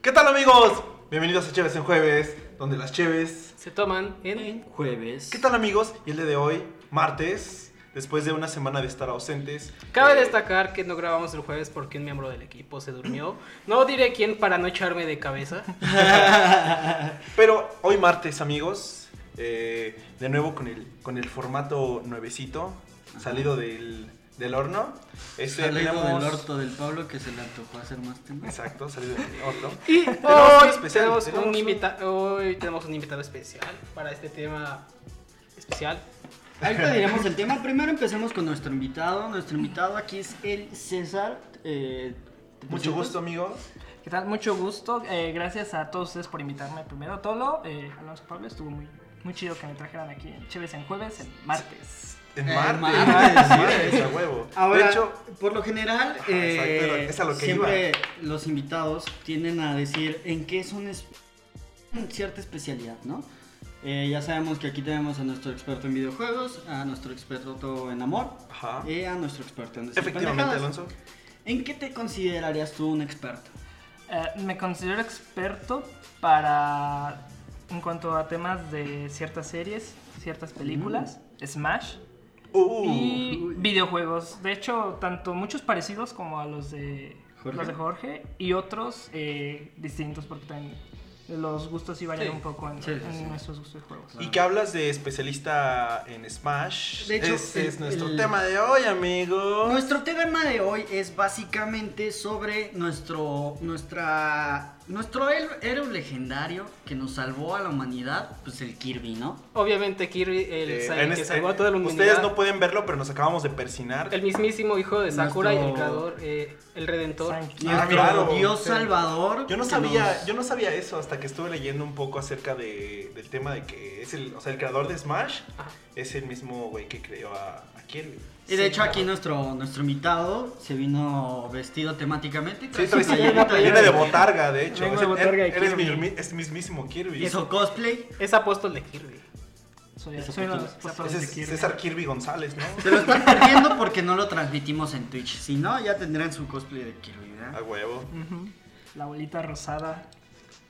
¿Qué tal amigos? Bienvenidos a Cheves en Jueves, donde las Cheves... Se toman en... Jueves. ¿Qué tal amigos? Y el día de hoy, martes, después de una semana de estar ausentes... Cabe eh, destacar que no grabamos el jueves porque un miembro del equipo se durmió. No diré quién para no echarme de cabeza. Pero hoy martes amigos, eh, de nuevo con el, con el formato nuevecito, salido del, del horno. Este, Salido tenemos- del orto del Pablo que se le antojó hacer más temas. Exacto, salido del horno. Y Tenemos un hoy especial, tenemos, tenemos un un- invita- hoy tenemos un invitado especial para este tema especial. Ahorita diremos el tema. Primero empecemos con nuestro invitado. Nuestro invitado aquí es el César. eh, ¿te Mucho presentas? gusto amigos. ¿Qué tal? Mucho gusto. Eh, gracias a todos ustedes por invitarme. Primero, Tolo, eh, Alonso Pablo, estuvo muy, muy chido que me trajeran aquí en Chévez en jueves, en martes. En Eh, martes, martes, martes, a huevo. Ahora, de hecho, por lo general, Ajá, exacto, eh, es a lo que siempre los invitados tienden a decir en qué son es una cierta especialidad, ¿no? Eh, ya sabemos que aquí tenemos a nuestro experto en videojuegos, a nuestro experto en amor, ajá. y a nuestro experto en decir Efectivamente, Eh, pendejadas. Alonso. ¿En qué te considerarías tú un experto? Eh, me considero experto para. en cuanto a temas de ciertas series, ciertas películas, Smash Uh, y Mm. Uy. videojuegos. De hecho, tanto muchos parecidos como a los de Jorge. los de Jorge y otros eh, distintos porque también los gustos sí varían Sí. un poco en, Sí, sí, en sí. nuestros gustos de juegos. Y que hablas de especialista en Smash. De hecho, Ese el- es nuestro el- tema de hoy, amigos. Nuestro tema de hoy es básicamente sobre nuestro nuestra nuestro hel- héroe legendario que nos salvó a la humanidad, pues el Kirby, ¿no? Obviamente Kirby, el Eh, sa- en que este- salvó a toda la ustedes humanidad. no pueden verlo, pero nos acabamos de persinar. El mismísimo hijo de Sakura y el Nuestro- creador, eh, el redentor. Sankey. Ah, Nuestro claro. Dios Sí. Salvador. Yo no que sabía, nos- yo no sabía eso hasta que estuve leyendo un poco acerca de- del tema de que es el, o sea, el creador de Smash es el mismo güey que creó a, a Kirby. Y de hecho aquí nuestro nuestro invitado se vino vestido temáticamente. Sí, trae su trae playera sillita, viene de Kirby. botarga, de hecho. Vengo Es, de botarga de él- él es Kirby. mi- es mismísimo Kirby. Hizo cosplay. Es apóstol de Kirby. Soy, Eso soy uno de los porque- apóstoles Ese de es Kirby. César Kirby González, ¿no? Se lo están perdiendo porque no lo transmitimos en Twitch. Si no, ya tendrán su cosplay de Kirby, ¿verdad? A huevo. Ujú. La bolita rosada.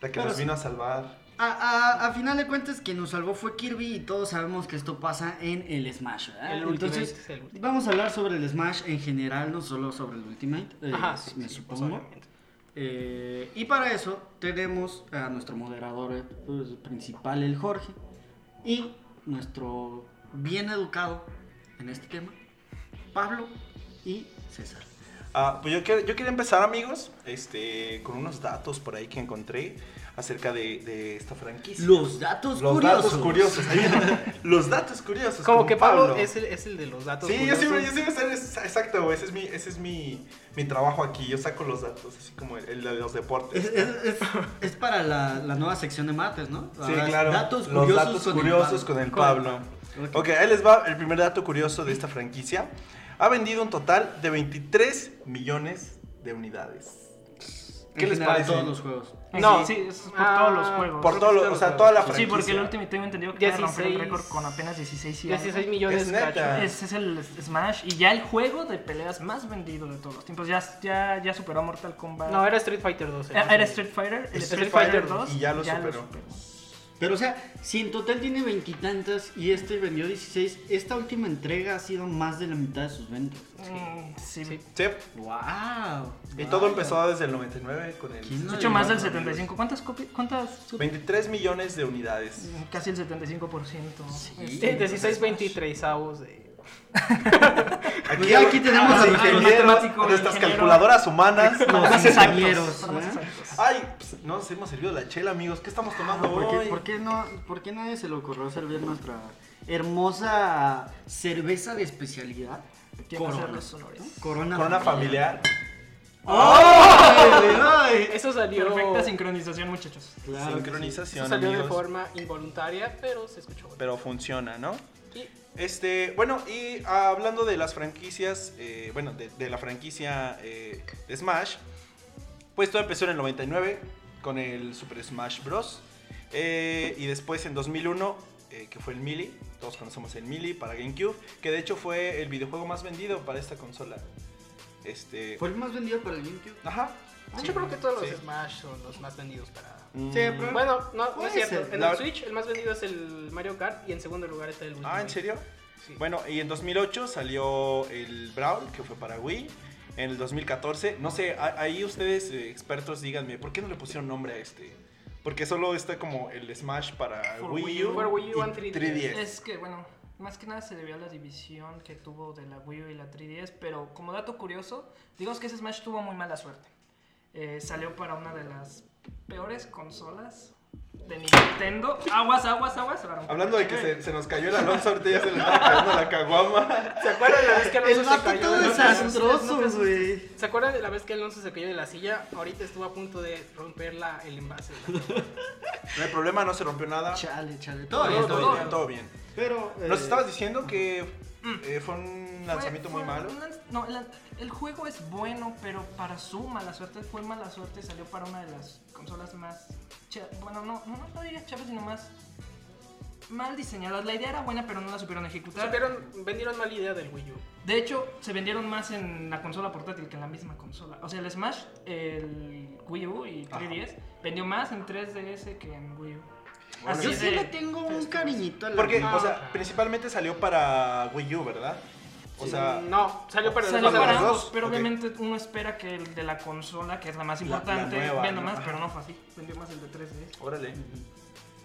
La que Pero nos sí. vino a salvar. A, a- a final de cuentas, quien nos salvó fue Kirby y todos sabemos que esto pasa en el Smash, ¿verdad? El Ultimate Ah, Entonces, es el Ultimate. vamos a hablar sobre el Smash en general, no solo sobre el Ultimate, eh, Ajá, sí, me sí, pues, supongo. obviamente. Eh, y para eso tenemos a nuestro moderador eh, pues, principal, el Jorge, y nuestro bien educado en este tema, Pablo y César. Ah, pues yo, quiero- yo quería empezar, amigos, este, con unos datos por ahí que encontré acerca de, de esta franquicia. Los datos Los curiosos. datos curiosos. ahí viene. Los datos curiosos. Como que Pablo es el, es el de los datos. Sí, yo curiosos. siempre, yo siempre sé- es- exacto, güey, ese es mi, ese es mi, mi trabajo aquí, yo saco los datos, así como el, el de los Es, deportes. es- es- es para la, la nueva sección de martes, ¿no? sí, Ahora, claro. ah, Datos los curiosos datos con el curiosos Pablo. con el Con- Pablo. Ok, Ok. ahí les va el primer dato curioso de esta franquicia. Ha vendido un total de 23 millones de unidades. En ¿Qué les general, parece? todos los juegos. No. sí, es por Ah, todos los juegos. Por todo, lo- o sea, toda la Sí, franquicia. porque el último tengo entendido que acaba de romper 16 el récord con apenas 16 y algo. 16 millones Es de neta. cacho. Ese es el Smash y ya el juego de peleas más vendido de todos los tiempos. Ya, ya, ya superó a Mortal Kombat. No, era Street Fighter 2. Eh, era Street Fighter, el Street Street, Fighter Fighter 2. y ya lo superó. Pero, o sea, si en total tiene veintitantas y, este vendió 16, esta última entrega ha sido más de la mitad de sus ventas. Mm, sí. Sí. Sí, ¡Wow! y todo empezó desde el 99 con el... ¿Quién De no hecho, más del Dios. 75. ¿Cuántas copias? ¿Cuántas? 23 millones de unidades. Mm, Casi el 75%. Sí. Sí, 16, 23 avos de. Pues ya aquí tenemos a a nuestros nuestro ingenieros, matemático, a nuestras ingeniero. calculadoras humanas. Los ingenieros. Son más ¿verdad? exactos. Ay, pues, no nos hemos servido la chela, amigos. ¿Qué estamos tomando ¿Por hoy? qué, por qué no, ¿Por qué nadie se le ocurrió servir nuestra hermosa cerveza de especialidad? Quiero hacer los honores. Corona, Con una familiar. ¡Ay, ay! Eso salió. Perfecta sincronización, muchachos. Claro que Sincronización, Eso salió de amigos. forma involuntaria, pero se escuchó. bueno. Pero funciona, ¿no? Y Este, bueno, y ah, hablando de las franquicias, eh, bueno, de, de la franquicia eh, de Smash, pues todo empezó en el 99 con el Super Smash Bros. eh, y después en 2001, eh, que fue el Melee, todos conocemos el Melee para GameCube, que de hecho fue el videojuego más vendido para esta consola. Este, Fue el más vendido para el GameCube. ajá, De hecho, creo que todos los Sí. Smash son los más vendidos para. Mm. Siempre. Bueno, no, no Puede es cierto. ser. En La- el Switch, el más vendido es el Mario Kart y en segundo lugar está el Ah, Ultimate. ¿en serio? Sí. Bueno, y en 2008 salió el Brawl, que fue para Wii. En el 2014, no sé, a- ahí ustedes eh, expertos díganme, ¿por qué no le pusieron nombre a este? Porque solo está como el Smash para For Wii, Wii U. U. For Wii U y and 3DS. Es que, bueno, más que nada se debió a la división que tuvo de la Wii U y la 3DS, pero como dato curioso, digamos que ese Smash tuvo muy mala suerte. Eh, salió para una de las peores consolas de Nintendo. Aguas, aguas, aguas. ahora un poco Hablando de que chévere. se, se nos cayó el Alonso, ahorita ya se le estaba cayendo la caguama. ¿Se acuerdan la vez que Alonso El se vato cayó? todo de la silla? desastroso, güey. ¿Se acuerdan de la vez que Alonso se cayó de la silla? Ahorita estuvo a punto de romper la- el envase. de la caguama. No hay problema, no se rompió nada. Chale, chale. Todo Todo bien, bien, todo todo bien, todo bien. Pero. Nos eh, estabas diciendo que eh, fue un lanzamiento Fue- muy fue malo. un lanz- no, el, el juego es bueno, pero para su mala suerte fue mala suerte. Salió para una de las consolas más. cha- Bueno, no, no, no diría chaves, sino más. Mal diseñadas. La idea era buena, pero no la supieron ejecutar. Supieron- vendieron mala idea del Wii U. De hecho, se vendieron más en la consola portátil que en la misma consola. O sea, el Smash, el Wii U y 3DS vendió más en 3DS que en Wii U. Órale. Yo Así sí de- le tengo un cariñito al Porque, Ah, o sea, ok. principalmente salió para Wii U, ¿verdad? O sea, no, salió para Salió las para dos, ambos, pero ok. obviamente uno espera que el de la consola, que es la más La- la importante, nueva, venda ¿no? más, Ajá. pero no fue así. Vendió más el de 3DS. órale.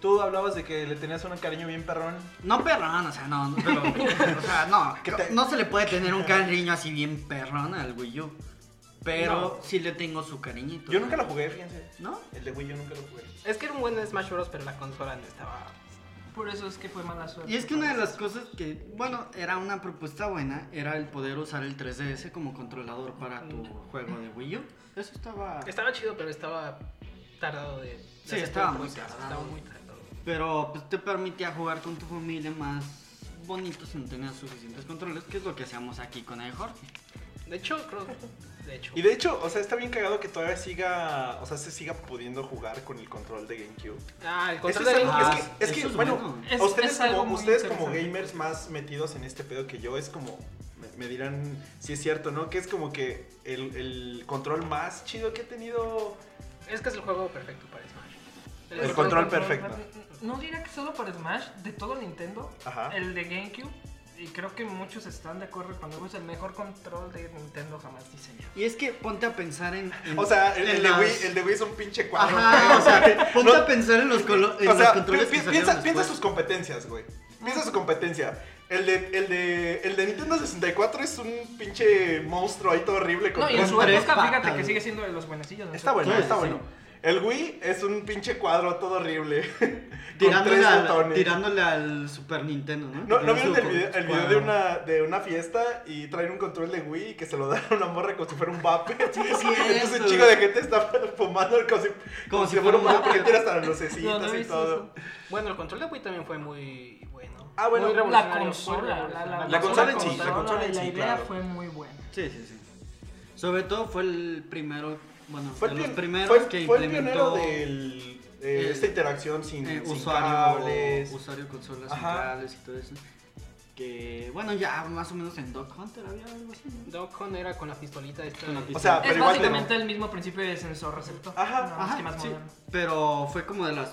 Tú hablabas de que le tenías un cariño bien perrón. No perrón, o sea, no, no, pero, o sea, no, ¿Qué te- no se le puede tener un cariño así bien perrón al Wii U, pero sí le tengo su cariñito. Yo nunca lo jugué, fíjense. ¿No? El de Wii U nunca lo jugué. Es que era un buen Smash Bros, pero la consola no estaba. Por eso es que fue mala suerte. Y es que una de las cosas que, bueno, era una propuesta buena, era el poder usar el 3DS como controlador para tu juego de Wii U. Eso Ah. estaba... Estaba chido, pero estaba tardado de. de Sí, hacer estaba todo el muy proceso, tardado. Estaba muy tardado. Pero pues te permitía jugar con tu familia más bonito sin tener suficientes controles, que es lo que hacíamos aquí con el Jorge. De hecho, creo. De hecho. Y de hecho, o sea, está bien cagado que todavía siga, o sea, se siga pudiendo jugar con el control de GameCube. Ah, el Eso control es, de algo- GameCube. es que, es Ah, que, eso es bueno, bueno. a Es- ustedes, es algo como, muy ustedes como interesante. gamers más metidos en este pedo que yo, es como, me, me dirán si es cierto, ¿no? Que es como que el, el control más chido que he tenido. Es que es el juego perfecto para Smash. El control perfecto. perfecto. No diría que solo para Smash, de todo Nintendo, Ajá. el de GameCube, y creo que muchos están de acuerdo cuando es el mejor control de Nintendo jamás diseñado. Y es que ponte a pensar en... en- O sea, el, en el de Wii, las- el de Wii es un pinche cuadro. Ajá, o sea, ponte no- a pensar en los, colo- en O los sea, pi- controles pi- que salieron piensa, piensa después. sus competencias, güey. Piensa su competencia. El de, el, de, el de Nintendo 64 es un pinche monstruo ahí todo horrible. con No, y en tres su patas. tres época, fíjate patas. que sigue siendo de los buenecillos. ¿no? Está bueno, Sí, está sí. bueno. El Wii es un pinche cuadro todo horrible. con Tirándole, tres al- botones. tirándole al Super Nintendo, ¿no? ¿No, ¿no Tirándole vieron el su video, el video de, cuadro. una, de una fiesta y traen un control de Wii y que se lo dan a una morra como si fuera un vape? Sí, es cierto. Entonces un chico de gente está fumando como si, como si fuera un vape porque tiene hasta las lucecitas No, no he y visto todo. Bueno, el control de Wii también fue muy bueno. Ah, bueno, Muy la revolucionario, consola, fue la- la- revolucionario. la consola en sí, la consola consola en y la sí, idea claro. fue muy buena. Sí, sí, sí. Sobre todo fue el primero, bueno, Fue de el, los pion- primeros fue- que fue el implementó pionero del, eh, el- esta interacción sin, eh, sin usuario, cables. usuario consolas sin Ajá. cables y todo eso. Que, bueno, ya más o menos en Dog Hunter había algo así. ¿no? Doc Hunt era con la pistolita esta. Con la pistola. O sea, Es Ah, pero igual te- básicamente el mismo principio de sensor receptor. Ajá, nada más que más sí, moderno. pero fue como de las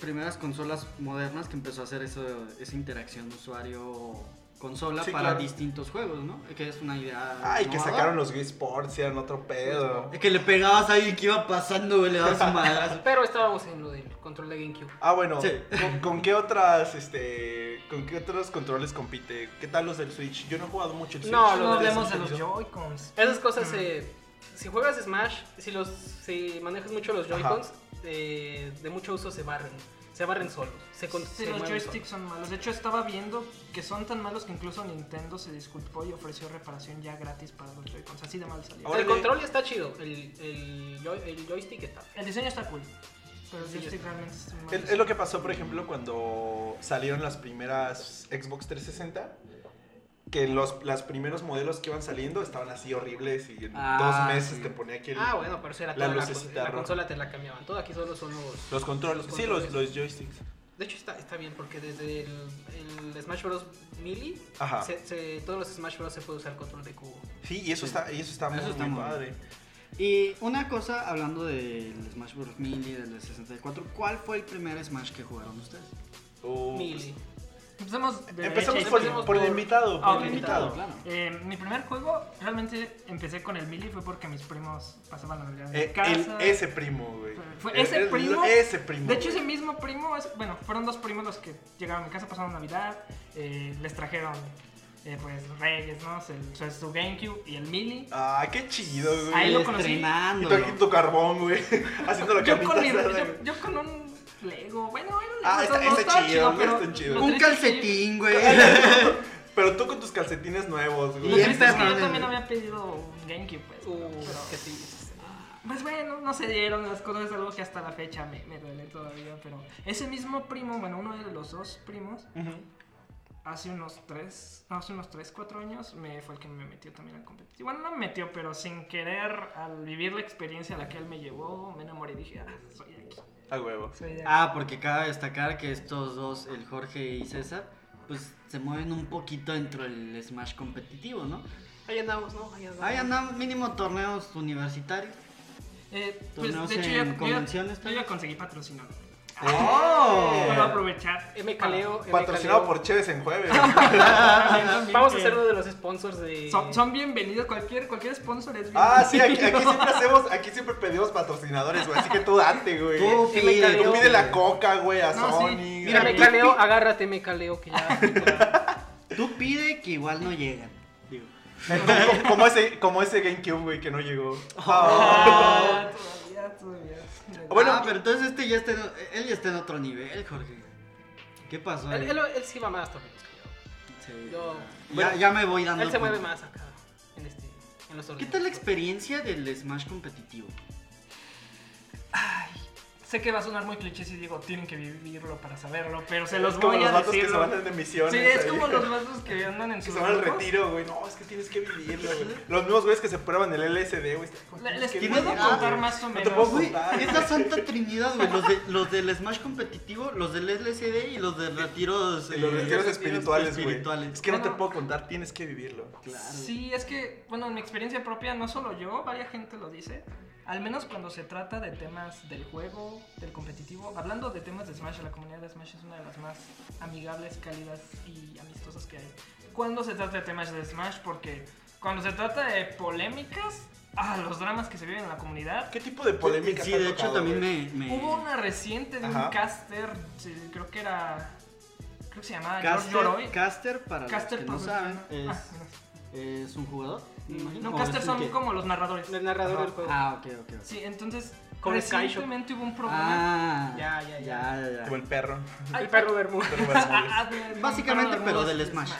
primeras consolas modernas que empezó a hacer eso, esa interacción usuario-consola Sí, para claro. distintos juegos, ¿no? Que es una idea. Ay, que innovadora. sacaron los Wii Sports y eran otro pedo. Es Que le pegabas a alguien que iba pasando, güey, le dabas su madrazo. Pero estábamos en lo del control de GameCube. Ah, bueno, Sí. ¿con, con qué otras, este, con qué otros controles compite? ¿Qué tal los del Switch? Yo no he jugado mucho el Switch. No, No los de hablemos de los Nintendo. Joy-Cons. Esas cosas, eh, si juegas Smash, si, los, si manejas mucho los Ajá. Joy-Cons, eh, de mucho uso se barren. Se barren solos. Se con- Sí, se los mueven joysticks son malos. De hecho, estaba viendo que son tan malos que incluso Nintendo se disculpó y ofreció reparación ya gratis para los Joy-Cons. Así de mal salió. solos. Ahora- El Órale. control está chido. El, el joy- el joystick está. El diseño está cool, pero el Sí, joystick está. realmente es un mal Es, es lo que pasó, por ejemplo, cuando salieron las primeras Xbox 360. Que los las primeros modelos que iban saliendo estaban así horribles y en Ah, dos meses sí. te ponía aquí el- Ah, bueno, pero eso era la toda la, lucecita la roja. consola te la cambiaban. Todo aquí solo son los. los controles. los Sí, los, controles. los joysticks. De hecho está, está bien porque desde el, el Smash Bros. Melee, Ajá. se- se- todos los Smash Bros. se puede usar control de cubo. Sí, y eso está, y eso está Eso muy, está muy muy padre. Y una cosa, hablando del Smash Bros. Melee, del de 64, ¿cuál fue el primer Smash que jugaron ustedes? Oh, Mili. Empezamos, de Empezamos derecha. por, Empecemos por el invitado. Ah, por ok, el invitado. invitado. claro. Eh, mi primer juego, realmente empecé con el Mili, fue porque mis primos pasaban la Navidad en Eh, casa. el- ese primo, güey. Fue El- ese el- primo. Ese primo. De hecho, güey. ese mismo primo, es, bueno, fueron dos primos los que llegaron a mi casa, pasaron Navidad, eh, les trajeron, eh, pues, Reyes, ¿no? El- su, su GameCube y el Mili. Ah, qué chido, güey. Ahí lo conocí. Y Estrenándolo. tú aquí tu carbón, güey. Haciendo la Yo carnita con, mi- asada, yo- güey. yo con un Lego, bueno, era un Lego, Ah, está- no está estaba chido, no está chido. lo Un triste es que yo- calcetín, güey. Pero tú con tus calcetines nuevos, Lo güey. Bien triste es que perrón, yo también eh. había pedido un GameCube, pues. Uh, pero- pero- que sí. Pues bueno, no se dieron las cosas, algo que hasta la fecha me, me duele todavía, pero ese mismo primo, bueno, uno de los dos primos, hace unos tres, no, hace unos tres, cuatro años, me fue el que me metió también al competitivo. Bueno, no me metió, pero sin querer, al vivir la experiencia a la que él me llevó, me enamoré y dije, ah, soy de aquí, A huevo. soy de aquí. Ah, porque cabe destacar que estos dos, el Jorge y César, pues se mueven un poquito dentro del Smash competitivo, ¿no? Ahí andamos, ¿no? Ahí andamos. Ahí andan mínimo torneos universitarios. Eh, pues torneos de hecho, en yo, ya- yo, ya- convenciones, yo tal ya vez. conseguí patrocinador. ¡Oh! Voy a aprovechar. MK Leo. Patrocinado MK Leo. por Cheves en jueves. También, también Vamos a que ser uno de los sponsors de. Son, son bienvenidos, cualquier, cualquier sponsor es bienvenido. ah, sí, aquí, aquí siempre hacemos, aquí siempre pedimos patrocinadores, güey. Así que tú date, güey. Tú Tú pide, cayó, pide la güey. coca, güey, a No, sí. Sony. Mira, a- Mira, MK Leo, agárrate, MK Leo, que ya. Tú pide que igual no llegan. Digo. como, como ese, como ese GameCube, güey, que no llegó. Ah, todavía, todavía. Bueno, ah, pero entonces este ya está en, él ya está en otro nivel, Jorge. ¿Qué pasó? ahí? él, él, él sí va más torneos que yo. Sí. yo- Ya- Bueno, ya, me voy dando. Él se mueve cuenta. más acá en, este, en los Ah, pues. ¿Qué torneos. tal la experiencia del Smash competitivo? Sé que va a sonar muy cliché si digo tienen que vivirlo para saberlo, pero se Es los como voy los a vatos decir. que se van de misiones. Sí, es ahí. como los vatos que andan en Que sus se van al grupos. retiro, güey. No, es que tienes que vivirlo, güey. Los mismos güeyes que se prueban el LSD, güey. Este Le- Les Tienes que puedo vivirlo, contar güey. más o No te menos. puedo Uy, contar. es la santa trinidad, güey. Los, de- los del Smash competitivo, los del LSD y los de retiros. Y los eh, retiros espirituales, güey. espirituales. Es que no te Bueno. puedo contar, tienes que vivirlo. Claro. Sí, es que, bueno, en mi experiencia propia, no solo yo, varias gente lo dice. Al menos cuando se trata de temas del juego, del competitivo. Hablando de temas de Smash, la comunidad de Smash es una de las más amigables, cálidas y amistosas que hay. Cuando se trata de temas de Smash, porque cuando se trata de polémicas, ah, los dramas que se viven en la comunidad, ¿Qué tipo de polémica Sí, te ha de hecho tocado, también güey? me, me- Hubo una reciente de Ajá. un caster, sí, creo que era. Creo que se llamaba George Yoroy. Caster, Caster, para ¿eh? Caster, los que no por- saben, Ah, es, es un jugador. me no, imagino, no, o caster es son un qué? como los narradores. El narrador Ajá. del juego. Ah, ok, ok. ok. Sí, entonces. Como el Kaisho. recientemente hubo un problema. Ah, Ya, ya, ya. ya, ya. Como el perro. el perro Bermuda. Perro Ah, Bermúdez. ah, de- de- Básicamente, de- pero de- del de Smash.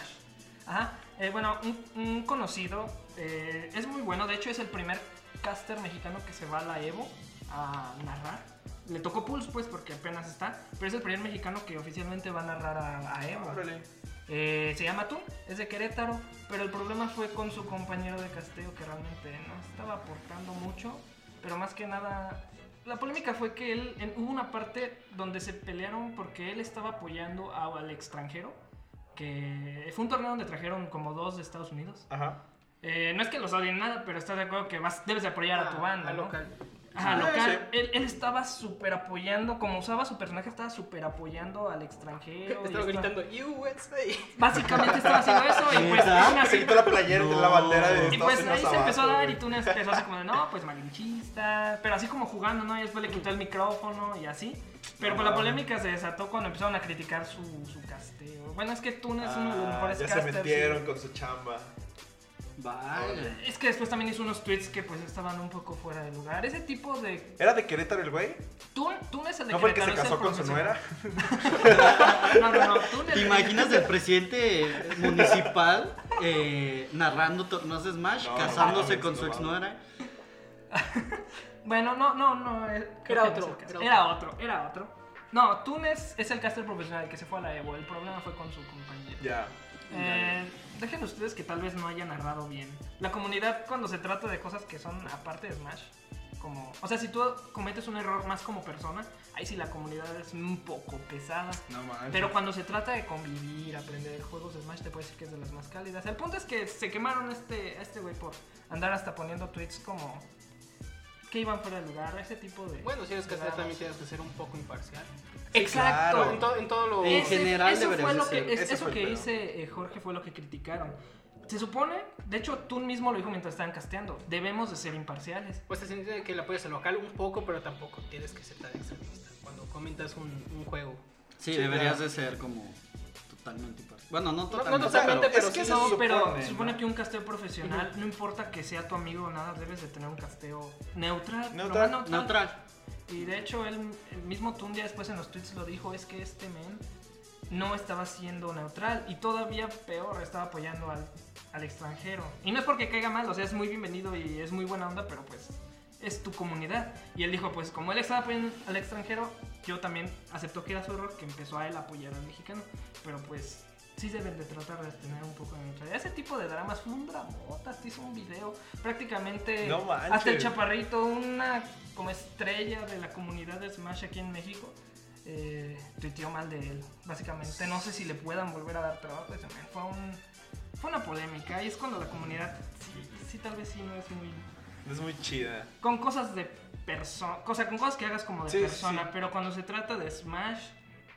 Ajá. Eh, bueno, un, un conocido. eh, es muy bueno. De hecho, es el primer caster mexicano que se va a la Evo a narrar. Le tocó Pulse, pues, porque apenas está. Pero es el primer mexicano que oficialmente va a narrar a, a Evo. Órale. Eh, se llama Tú, es de Querétaro, pero el problema fue con su compañero de Castillo que realmente no estaba aportando mucho, pero más que nada la polémica fue que él en- hubo una parte donde se pelearon porque él estaba apoyando a- al extranjero, que fue un torneo donde trajeron como dos de Estados Unidos. Ajá. Eh, no es que los odien nada, pero estás de acuerdo que vas, debes de apoyar a tu banda, Ah, al ¿no? local. Ajá, Ah, local. Él, él estaba súper apoyando, como usaba su personaje, estaba súper apoyando al extranjero. Estaba y estaba- gritando USA. Básicamente estaba haciendo eso y pues ¿Neta? aún Se así- quitó la playera de la No. bandera de Estados y pues Unidos ahí se abajo, empezó a dar y güey. tú empezó así como de no, pues malinchista, pero así como jugando, ¿no? Y después le quitó el micrófono y así. Pero pues la polémica se desató cuando empezaron a criticar su, su casteo. Bueno, es que Tuna es uno de los Ah, mejores Ya se casters. metieron con su chamba. Vaya. Es que después también hizo unos tweets que pues estaban un poco fuera de lugar. Ese tipo de. ¿Era de Querétaro el güey? Tun, Tun es el de ¿No fue el que se Querétaro, es casó con su profesional. nuera? No, no, no. Tun es ¿Te imaginas el presidente municipal eh, narrando torneos de Smash, No, casándose no mames, con no su exnuera? Bueno, no, no, no. eh, creo Era que otro, no es el caso. era Era otro, era otro. No, Túnez es el caster profesional que se fue a la Evo. El problema fue con su compañero. Ya. Eh, dejen ustedes que tal vez no haya narrado bien. La comunidad, cuando se trata de cosas que son aparte de Smash, como. O sea, si tú cometes un error más como persona, ahí sí la comunidad es un poco pesada. No mames. Pero cuando se trata de convivir, aprender juegos de Smash, te puedo decir que es de las más cálidas. El punto es que se quemaron este, a este güey por andar hasta poniendo tweets como que iban fuera de lugar, ese tipo de... Bueno, si eres de casero también dados. tienes que ser un poco imparcial. Exacto. Claro. En, to- en todo lo... En Ese- general eso deberías fue lo de que, ser. es- Ese eso fue el que pedo. dice eh, Jorge fue lo que criticaron. Se supone, de hecho tú mismo lo dijo mientras estaban casteando, debemos de ser imparciales. Pues se siente que le apoyas al local un poco, pero tampoco tienes que ser tan extremista cuando comentas un, un juego. Sí, Sí, deberías claro. de ser como totalmente imparcial. Bueno, no No, totalmente. no totalmente, Claro, pero es que sí, eso- No, se pero supone, se supone ¿no? que un casteo profesional, no importa que sea tu amigo o nada, debes de tener un casteo neutral. lo Neutral, más Neutral. Y de hecho, él, el mismo tú un día después en los tweets lo dijo, es que este men no estaba siendo neutral y todavía peor, estaba apoyando al, al extranjero. Y no es porque caiga mal, o sea, es muy bienvenido y es muy buena onda, pero pues es tu comunidad. Y él dijo, pues como él estaba apoyando al extranjero, yo también aceptó que era su error, que empezó a él apoyar al mexicano. Pero pues sí deben de tratar de tener un poco de neutralidad. Ese tipo de dramas fue un dramota, te hizo un video prácticamente... No manches. Hasta el chaparrito, una como estrella de la comunidad de Smash aquí en México, eh, tuiteó mal de él, básicamente. No sé si le puedan volver a dar trabajo. Ese men. Fue, un, fue una polémica y es cuando la comunidad, sí, sí, tal vez sí no es muy... Es muy chida. Con cosas de persona, o sea, con cosas que hagas como de Sí, sí, persona, sí. pero cuando se trata de Smash,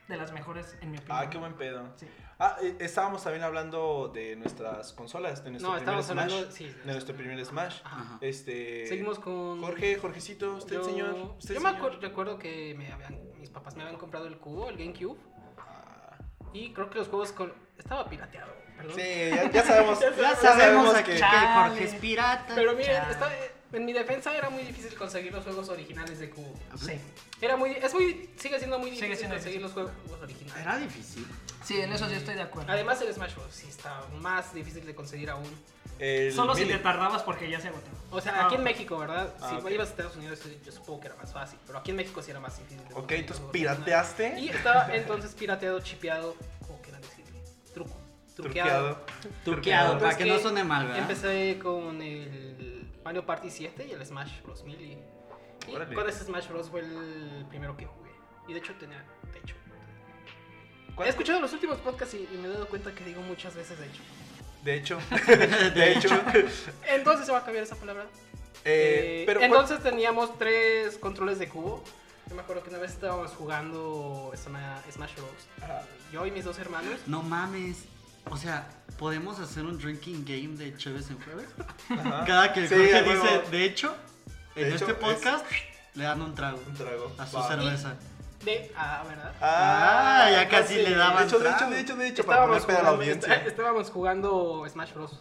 de las mejores, en mi opinión. Ah, qué buen pedo. Sí. Ah, eh, estábamos también hablando de nuestras consolas, de nuestro No, primer estábamos Smash. hablando... Sí, De nuestro primer Smash. Ajá. Este. Seguimos con... Jorge, Jorgecito, usted Yo- señor. Yo Usted me señor. acuer- recuerdo que me habían, mis papás me habían comprado el cubo, el GameCube, Ah, y creo que los juegos con... Estaba pirateado, perdón. Sí, ya, ya sabemos. Ya sabemos sabemos aquí que- que, Chale. Jorge es pirata. Pero miren, Chale. está- en mi defensa era muy difícil conseguir los juegos originales de cubo. Ah, pues. Sí. Era muy, es muy, sigue siendo muy Sigue difícil siendo conseguir difícil. los juegos originales. Era difícil. Sí, en eso sí estoy de acuerdo. Además el Smash Bros. sí está más difícil de conseguir aún. el Solo si Melee. te tardabas porque ya se agotó. O sea, Ah, aquí en México, ¿verdad? Ah, si ok. ibas a Estados Unidos yo supongo que era más fácil, pero aquí en México sí era más difícil. de Ok, conseguir entonces los juegos pirateaste. originales. Y estaba entonces pirateado, chipeado, como quieran decirle, truco, truqueado. truqueado. Turqueado, para Pues que, que no suene mal, ¿verdad? Empecé con el Mario Party 7 y el Smash Bros. 1000 y, y Órale. con ese Smash Bros. fue el primero que jugué. Y de hecho tenía techo. He ¿Cuál- escuchado los últimos podcasts y, y me he dado cuenta que digo muchas veces de hecho. De hecho, de hecho. Entonces se va a cambiar esa palabra. eh, Eh, pero ¿cuál- entonces teníamos tres controles de cubo. Yo me acuerdo que una vez estábamos jugando Sma- Smash Bros. Ajá. Yo y mis dos hermanos. No mames. O sea, ¿podemos hacer un drinking game de Chévez en jueves? Ajá. Cada que el Ah. Sí, Jorge a huevo. dice, de hecho, en De hecho, este es- podcast le dan un trago Un trago. a su Va. cerveza. De. Ah, ¿verdad? Ah, ya casi le De daban hecho, de hecho, trago. de hecho, de hecho, para poner pedo a la jugando- audiencia. estábamos jugando Smash Bros.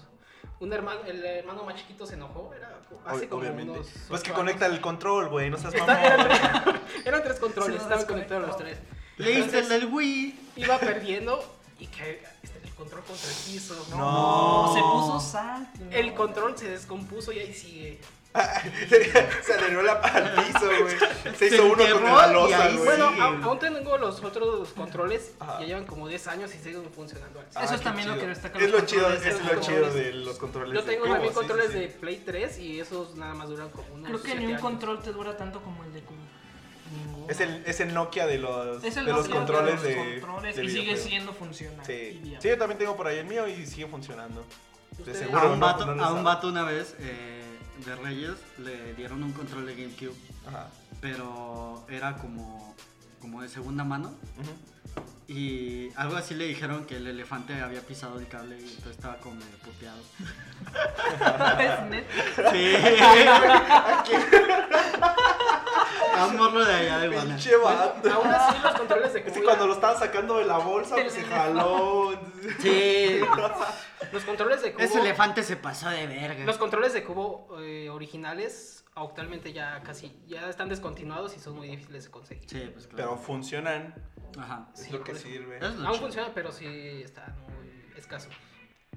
Un hermano, el hermano más chiquito se enojó. Era hace Ob- como obviamente. unos Pues que ocho conecta años. el control, güey. No seas Está- mamón. Eran tres controles, Se lo estaban desconectó. conectados los tres. Leíste el Entonces, del Wii. Iba perdiendo y que este, el control contra el piso. ¿no? No. Se puso sal. El control se descompuso y ahí sigue. Se adheró la al piso, güey. Se hizo Se uno enterró con la y losa, ahí güey. Bueno, Sí. au- aún tengo los otros dos controles, Ajá. ya llevan como 10 años y siguen funcionando. al cien. Eso Ah, es qué también lo chido. que destaca Es los lo chido, controles, es los lo chido controles. de los controles. Yo de tengo cubo, también sí, sí, controles sí. de Play 3 y esos nada más duran como unos Creo que siete ni un años. control te dura tanto como el de Cubo. Ninguno. Es el, es el Nokia de los, Es el de los Nokia controles de de. los controles de y sigue videojuegos. siendo funcional. y Sí. viable. sí, yo también tengo por ahí el mío y sigue funcionando. De Ustedes- seguro. A un no- vato, no les a un da. vato una vez eh, de Reyes le dieron un control de GameCube, Ajá. pero era como, como de segunda mano. Ujú. Y algo así le dijeron que el elefante había pisado el cable y entonces estaba como medio puteado. Es neta. Sí. A un morro de allá de Guana. Pinche vato. Aún así los controles de Es cubo que ya- cuando lo estaban sacando de la bolsa, pues se jaló. Sí. los controles de cubo Ese elefante se pasó de verga. los controles de cubo eh, originales actualmente ya casi ya están descontinuados y son muy difíciles de conseguir. Sí, pues Pero claro. funcionan. Ajá. Es Sí, lo que por eso. sirve. Es lo Aún chido. funciona, pero sí están muy escasos.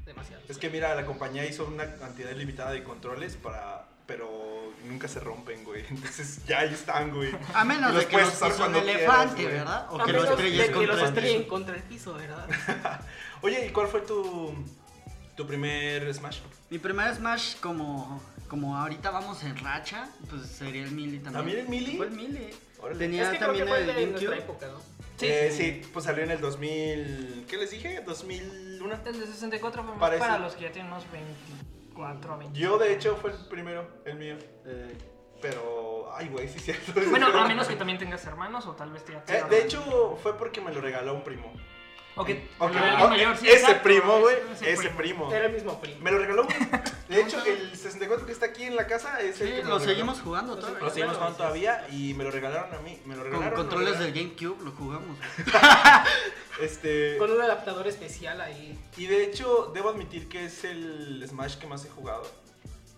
Demasiado. Es que mira, la compañía hizo una cantidad limitada de controles para. Pero nunca se rompen, güey. Entonces ya ahí están, güey. A Y menos los de que los puedes usar pise un cuando quieras, elefante, güey. ¿verdad? O A que lo menos estrelles de que contra los el piso. estrellen contra el piso, ¿verdad? Oye, ¿y cuál fue tu. tu primer Smash? Mi primer Smash, como, como ahorita vamos en racha, pues sería el Melee también. ¿También el Melee? Fue el Melee. Órale. Tenía es que creo que también fue el de el nuestra GameCube. época, ¿no? Sí, eh, sí, pues salió en el 2000. ¿Qué les dije? 2001. El de 64 fue más Parece- para los que ya tienen unos 24 a 20. Yo, de hecho, fue el primero, el mío. Eh, Pero. digo, ay, güey, sí es cierto. Bueno, a menos que también tengas hermanos o tal vez te Eh, de hecho, fue porque me lo regaló un primo. Eh, Ok, Ok, el ok, mayor, sí, ese exacto, primo, güey. ese Ese, primo. Era el mismo primo. Oh. Me lo regaló, güey. De hecho, el 64 que está aquí en la casa es el Sí, que me lo regaló. seguimos jugando todavía. Lo seguimos jugando todavía y me lo regalaron a mí. Me lo Con regalaron. me lo controles del regalaron. GameCube lo jugamos. Este. Con un adaptador especial ahí. Y de hecho, debo admitir que es el Smash que más he jugado.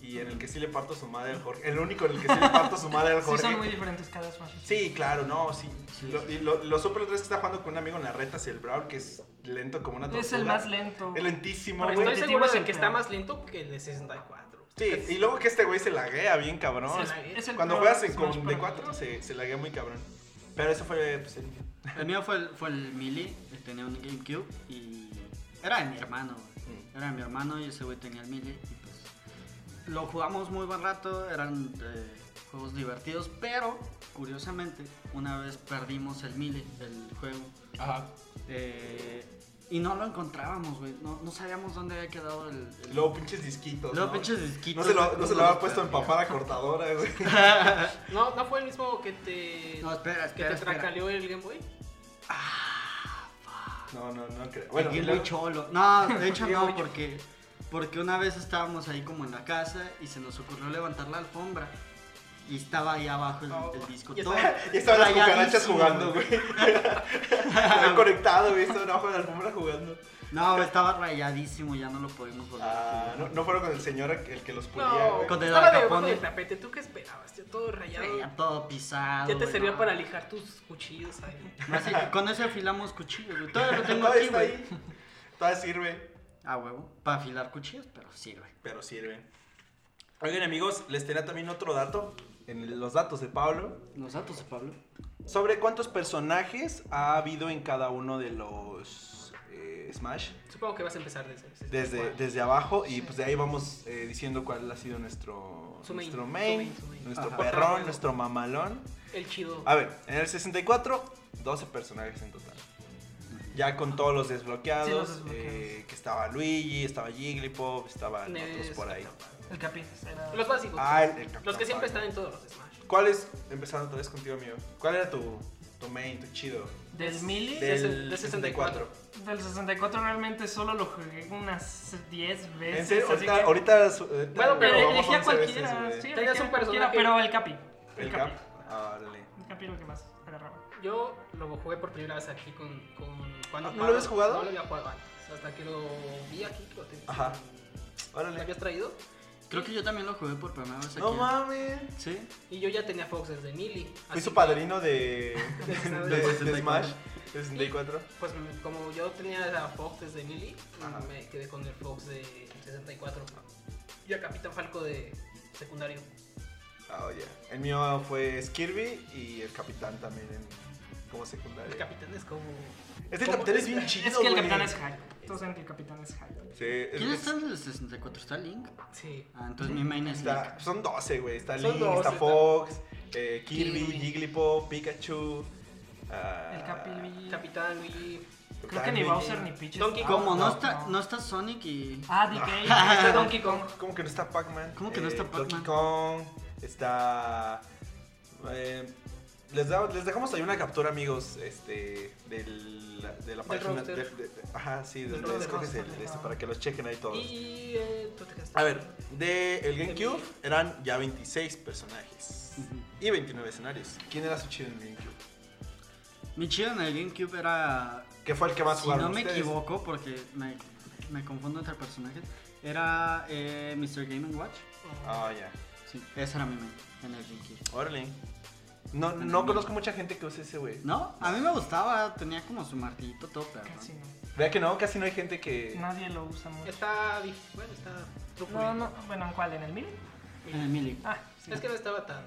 Y en el que sí le parto su madre al Jorge. El único en el que sí le parto su madre al Sí, Jorge. son muy diferentes cada Smash. Sí, claro, no, sí. Sí, Lo, y lo, lo supe el otro día que está jugando con un amigo en la reta hacia el Brawl, que es lento como una tortuga. Es el más lento. Es lentísimo, Porque güey. estoy competitivo seguro es de el que está peor. más lento que el de 64. Sí, y luego que este güey se laguea bien cabrón. Se Es- laguea. Es el Cuando peor juegas en Smash con para D4 mí. se, se laguea muy cabrón. Pero eso fue pues, el mío. El mío fue el, fue el Melee, que tenía un GameCube y era de mi hermano, güey. Era de mi hermano y ese güey tenía el Melee y pues lo jugamos muy buen rato, eran eh, juegos divertidos, pero curiosamente una vez perdimos el Melee, el juego, Ajá. eh, y no lo encontrábamos, güey, no, no sabíamos dónde había quedado el... el- Luego pinches disquitos. luego ¿no? pinches disquitos. No se lo, güey, no se lo los había puesto en perdía. papada cortadora, güey. No, no fue el mismo que te. No, que espera, espera, te espera. tracaleó el Game Boy. No, no, no creo. Bueno, Bueno, y luego- cholo. No, de hecho Bien no, muy porque, porque una vez estábamos ahí como en la casa y se nos ocurrió levantar la alfombra y estaba ahí abajo el, Oh, el disco. y todo y estaban las cucarachas rayadísimo, jugando, güey. Estaba conectado, güey. Estaban abajo de la alfombra jugando. No, estaba rayadísimo, ya no lo pudimos volver. a Ah, jugar. no, no fueron con el señor el que los pulía, No, Pues güey. Con el estaba debajo alcapone. del tapete. ¿Tú qué esperabas? Yo todo rayado. Sí, ya todo pisado. Ya te güey, servía no. para lijar tus cuchillos ahí. No, así que con ese afilamos cuchillos, güey. Todavía lo tengo Todavía aquí, está güey. ahí. Todavía sirve. A huevo. Para afilar cuchillos, pero sirve. Pero sirve. Oigan, amigos, les tenía también otro dato. En los datos de Pablo. Nosotros, Pablo. Sobre cuántos personajes ha habido en cada uno de los eh, Smash. Supongo que vas a empempezar desde. Desde, desde abajo. Y pues de ahí vamos eh, diciendo cuál ha sido nuestro, Su main, nuestro su main, main, su main. nuestro Ajá. perrón, nuestro mamalón. El chido. A ver, en el 64, 12 personajes en total. Ya con todos los desbloqueados, Sí, los desbloqueados. eh, que estaba Luigi, estaba Jigglypuff, estaban Ness, otros por ahí. El Capiz era... Los básicos. Ah, el- el Capitán los que siempre Falcon. están en todos los Smash. ¿Cuál es, empezando otra vez contigo, amigo, cuál era tu, tu main, tu chido? Del Mili, De- Del 64. del 64 realmente solo lo jugué unas 10 veces. En serio, así ahorita, que- ahorita su- ahorita Bueno, lo Pero jugamos elegí a 11 veces, cualquiera, güey. sí, elegí Tenías a un cualquiera, personaje- pero el Capi. El Cap. Ah, órale. El Capi era el que más agarraba. Yo lo jugué por primera vez aquí con. con cuando Ah, ¿no lo habías jugado? No lo había jugado antes. Hasta que lo vi aquí, que lo tengo. Ajá. ¿Lo Órale. habías traído? Creo que yo también lo jugué por primera vez aquí. No mames. Sí. Y yo ya tenía Fox desde Mili. Fui así su que, padrino de, de, Del de 64. Smash, de 64. Pues mm, como yo tenía la Fox desde Mili, Ajá. me quedé con el Fox de 64. Y a Capitán Falco de secundario. Ah, oye. El mío fue Skirby y el capitán también en- como secundario. El capitán es como. Este ¿Cómo? capitán es bien Es chido. que el güey. capitán es hype. Todos saben que el capitán es hype. Sí, es- ¿Quién es- está en el 64? ¿Está Link? Sí. Ah, entonces mi main es Link. está- son 12, güey. Está Son Link, 12, está está- Fox, eh, Kirby, Kirby. Jigglypuff, Pikachu. ah, El Capi... Capitán Luigi. Creo que ni Luigi. Bowser ni Peach Donkey estaba. ¿Cómo? ¿No, No, está, no. está Sonic y...? Ah, DK. Está Donkey Kong. ¿Cómo que no está Pac-Man? Eh, ¿Cómo que no está Pac-Man? Donkey Kong, está... eh, les, da- les dejamos ahí una captura, amigos, este, del, de la página... roster. de- de- ajá, sí, de Del donde roster. escoges el- este, para que los chequen ahí todos. Y. eh, tú te quedaste. A ver, del el De GameCube mí. eran ya 26 personajes Ujú. y 29 escenarios. ¿Quién era su chido en GameCube? Mi chido en el GameCube era... Que fue el que más Si jugaron no me ustedes? equivoco, porque me, me confundo entre personajes, era eh, Mr. Game Watch. Ah, ya. Sí, ese era mi main en el GameCube. Órale. No, no conozco mucha gente que use ese, güey. ¿No? A mí me gustaba, tenía como su martillito todo perro. Casi no. Vea que no, casi no hay gente que... Nadie lo usa mucho. Está. dif- Bueno, está. No, truculento. no. Bueno, ¿en cuál? ¿En el Mili? En el Melee. Ah, sí. Es que no estaba tan.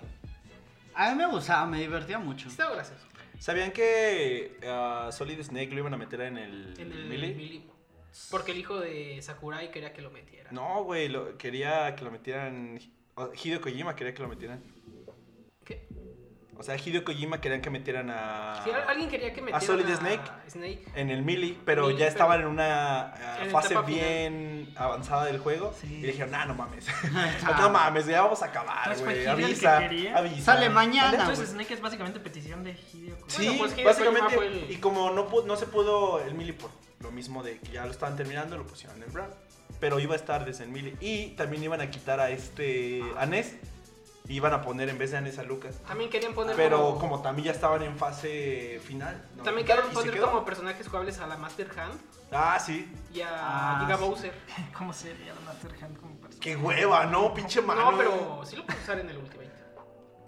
A mí me gustaba, me divertía mucho. Estaba gracioso. ¿Sabían que ah, Solid Snake lo iban a meter en el, En el melee? Melee. Porque el hijo de Sakurai quería que lo metiera. No, güey, lo- quería que lo metieran. o- Hideo Kojima quería que lo metieran. ¿Qué? O O sea, Hideo Kojima querían que metieran a. Si al- alguien quería que metieran Ah. Solid Snake? Eh. Snake. en el Melee, pero Melee, ya estaban pero- en una eh, En fase etapa bien avanzada del juego. Sí. Y dijeron, nah, no mames. no mames, ya vamos a acabar, Pues fue güey. Hideo el que Avisa, quería. avisa. Sale mañana, ¿Vale? Entonces Snake es básicamente petición de Hideo Kojima. Ah, Sí, Bueno, pues Hideo básicamente. Kojima fue el- Y como no, pu- no se pudo el Melee por lo mismo de que ya lo estaban terminando, lo pusieron en Brawl. Pero iba a estar desde el Melee. Y también iban a quitar a este. A Ness. Y iban a poner en vez de a Ness a Lucas. También querían poner Pero como- como también ya estaban en fase final. no, También quitaron querían y se poner quedó. como personajes jugables a la Master Hand Ah, sí. y a, Ah, y a sí. Bowser. ¿Cómo sería la Master Hand como persona? Qué hueva, ¿no? Pinche mano. No, pero sí lo puedes usar en el Ultimate.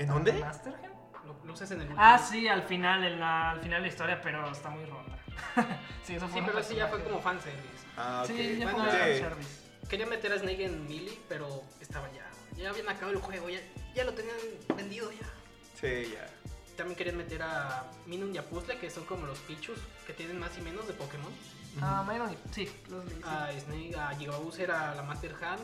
¿En dónde? ¿Master Hand? Lo, lo usas en el Ultimate. Ah, sí, al final, en la- al final de la historia, pero está muy rota. sí, eso fue Sí, un pero ese ya fue personaje. como fanservice. Ah, ok. Sí, ya fue Bueno, un Sí. fanservice. Quería meter a Snake en Melee, pero estaba ya. Ya habían acabado el juego, ya, ya lo tenían vendido ya. Sí, ya. También querían meter a Minun y a Puzzle, que son como los Pichus, que tienen más y menos de Pokémon. Ah, Myron y- sí, los leí, sí. A Snake, a Gigabuser, a la Master Hand.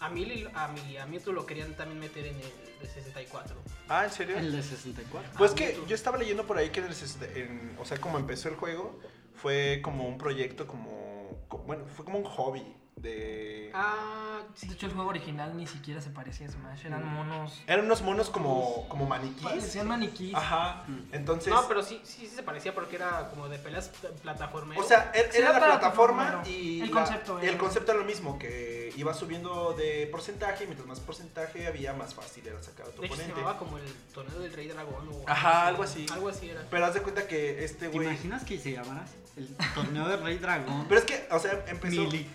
A Melee, a Melee, a Mewtwo lo querían también meter en el de 64. Ah, ¿en serio? El de 64. Pues Ah, que mucho. yo estaba leyendo por ahí que en el ses- en- o sea, como empezó el juego, fue como un proyecto como, co- bueno, fue como un hobby de... Ah, De hecho, el juego original ni siquiera se parecía a Smash, eran monos. Eran unos monos como, como maniquís. Parecían maniquís. Ajá. Mm. Entonces... no, pero sí, sí, sí se parecía porque era como de peleas plataformeras. O sea, er- Sí, era la era para plataforma plataformero. y El la- concepto era- el concepto era lo mismo, que iba subiendo de porcentaje y mientras más porcentaje había, más fácil era sacar a tu de hecho se oponente. llamaba como el torneo del Rey Dragón o Ajá, algo así. Algo así era. Pero haz de cuenta que este ¿Te güey... imaginas que se llamara así? El torneo de Rey Dragón. Pero es que, o sea, empezó... Mili.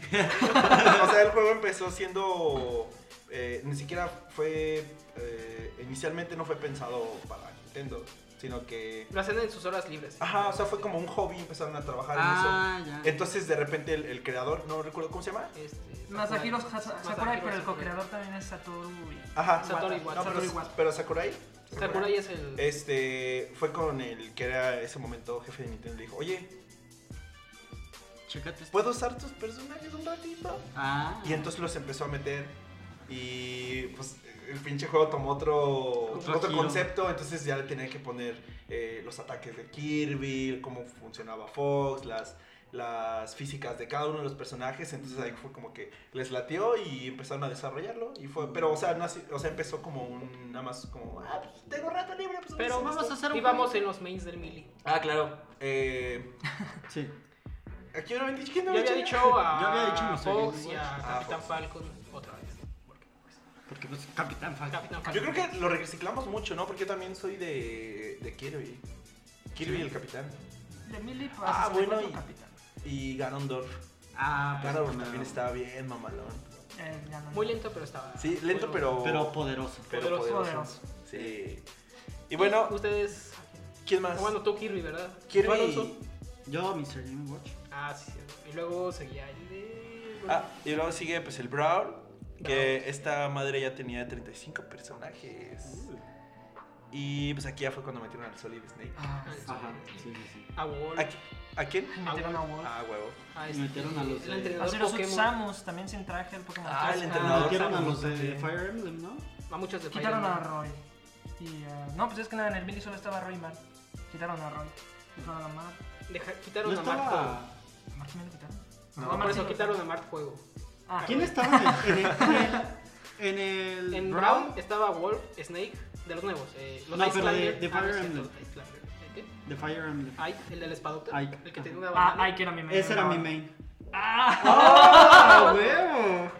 o sea, el juego empezó siendo. eh, ni siquiera fue. eh, inicialmente no fue pensado para Nintendo, sino que. Lo hacen en sus horas libres. Ajá, o sea, fue como un hobby, empezaron a trabajar Ah, en eso. ya. Entonces, de repente, el, el creador, no recuerdo cómo se llama. Este, Masahiro Sakurai. Hasa- Sakurai, pero el Sakurai. co-creador también es Satoru. y- Ajá, Satoru No, Iwata. pero, Satoru Iwata. pero Sakurai. Sakurai es el. Este. Fue con el que era ese momento jefe de Nintendo. Le dijo, oye, Chécate. esto. ¿puedo usar tus personajes un ratito? Ah. Y entonces los empezó a meter. Y pues el pinche juego tomó otro, Otro otro giro. concepto. Entonces ya le tenía que poner eh, los ataques de Kirby, cómo funcionaba Fox, las, las físicas de cada uno de los personajes. Entonces ahí fue como que les latió y empezaron a desarrollarlo. Y fue, pero o sea, no así- o sea empezó como un. Nada más como. Ah, pues, tengo rato libre, pues Pero vamos a hacer esto". vamos a hacer un. Íbamos en los mains del Melee. Ah, claro. Eh, Sí. aquí no había dicho. ¿quién Yo había había dicho? dicho a Yo había dicho los Fox Sailor y a Watch. Ah, Capitán Fox. Falcon otra vez. Porque, pues, Porque pues Capitán Falcon. Capitán Ah, Yo Falcon. creo que lo reciclamos mucho, ¿no? Porque yo también soy de, de Kirby. Kirby el capitán. De Millie Ah, ah, bueno, bueno, y- capitán. Y Ganondorf. Ah, pues, Ganondorf no. también estaba bien, mamalón. Eh, ya no- Muy lento, pero estaba. Sí, lento muy- pero. Pero poderoso. pero poderoso, poderoso. poderoso. Sí. Y bueno, Ustedes. ¿quién más? Bueno, tú Kirby, ¿verdad? ¿Tú, Alonso? Kirby. Yo, Mr. Game Watch. Ah, sí. sí. Y luego seguía el de. Ah, y luego sigue pues el Brawl. Que esta madre ya tenía 35 personajes. Uh. Y pues aquí ya fue cuando metieron al Solid Snake. Ah, Ah, sí. Ajá. Sí, sí, sí. A Wolf. ¿A, qui- a quién? metieron a Wolf. Ah, huevo. a este, Metieron a los El de- entrenador A Zero Suit Pokémon. Samus también sin traje el Pokémon. Ah, el Clásico. entrenador. Metieron a los de también. Fire Emblem, ¿no? A muchos de Ah, Quitaron a Fire Roy. Y, ah, no, pues es que nada, en el Billy solo estaba Roy mal. Quitaron a Roy. Quitaron a Mar. Emblem. Deja- No Quitaron a Mark Juego. estaba. ¿A Mar también lo quitaron? No, a Mark Por sí eso lo quitaron a Mark Juego. Ah, ¿Quién estaba en el. En el. En Brown? Brown estaba Wolf, Snake, de los nuevos. eh, los No, Ice pero de- Climbers. de Ah, no es Fire cierto, Emblem. Ice Climbers. ¿El qué? De Fire Emblem. Ike, el del espadota. Ike, El que ajá. tenía una Ah, banana. ay, que era mi main. Ese era mi main. Ah, ¡Ah, huevo!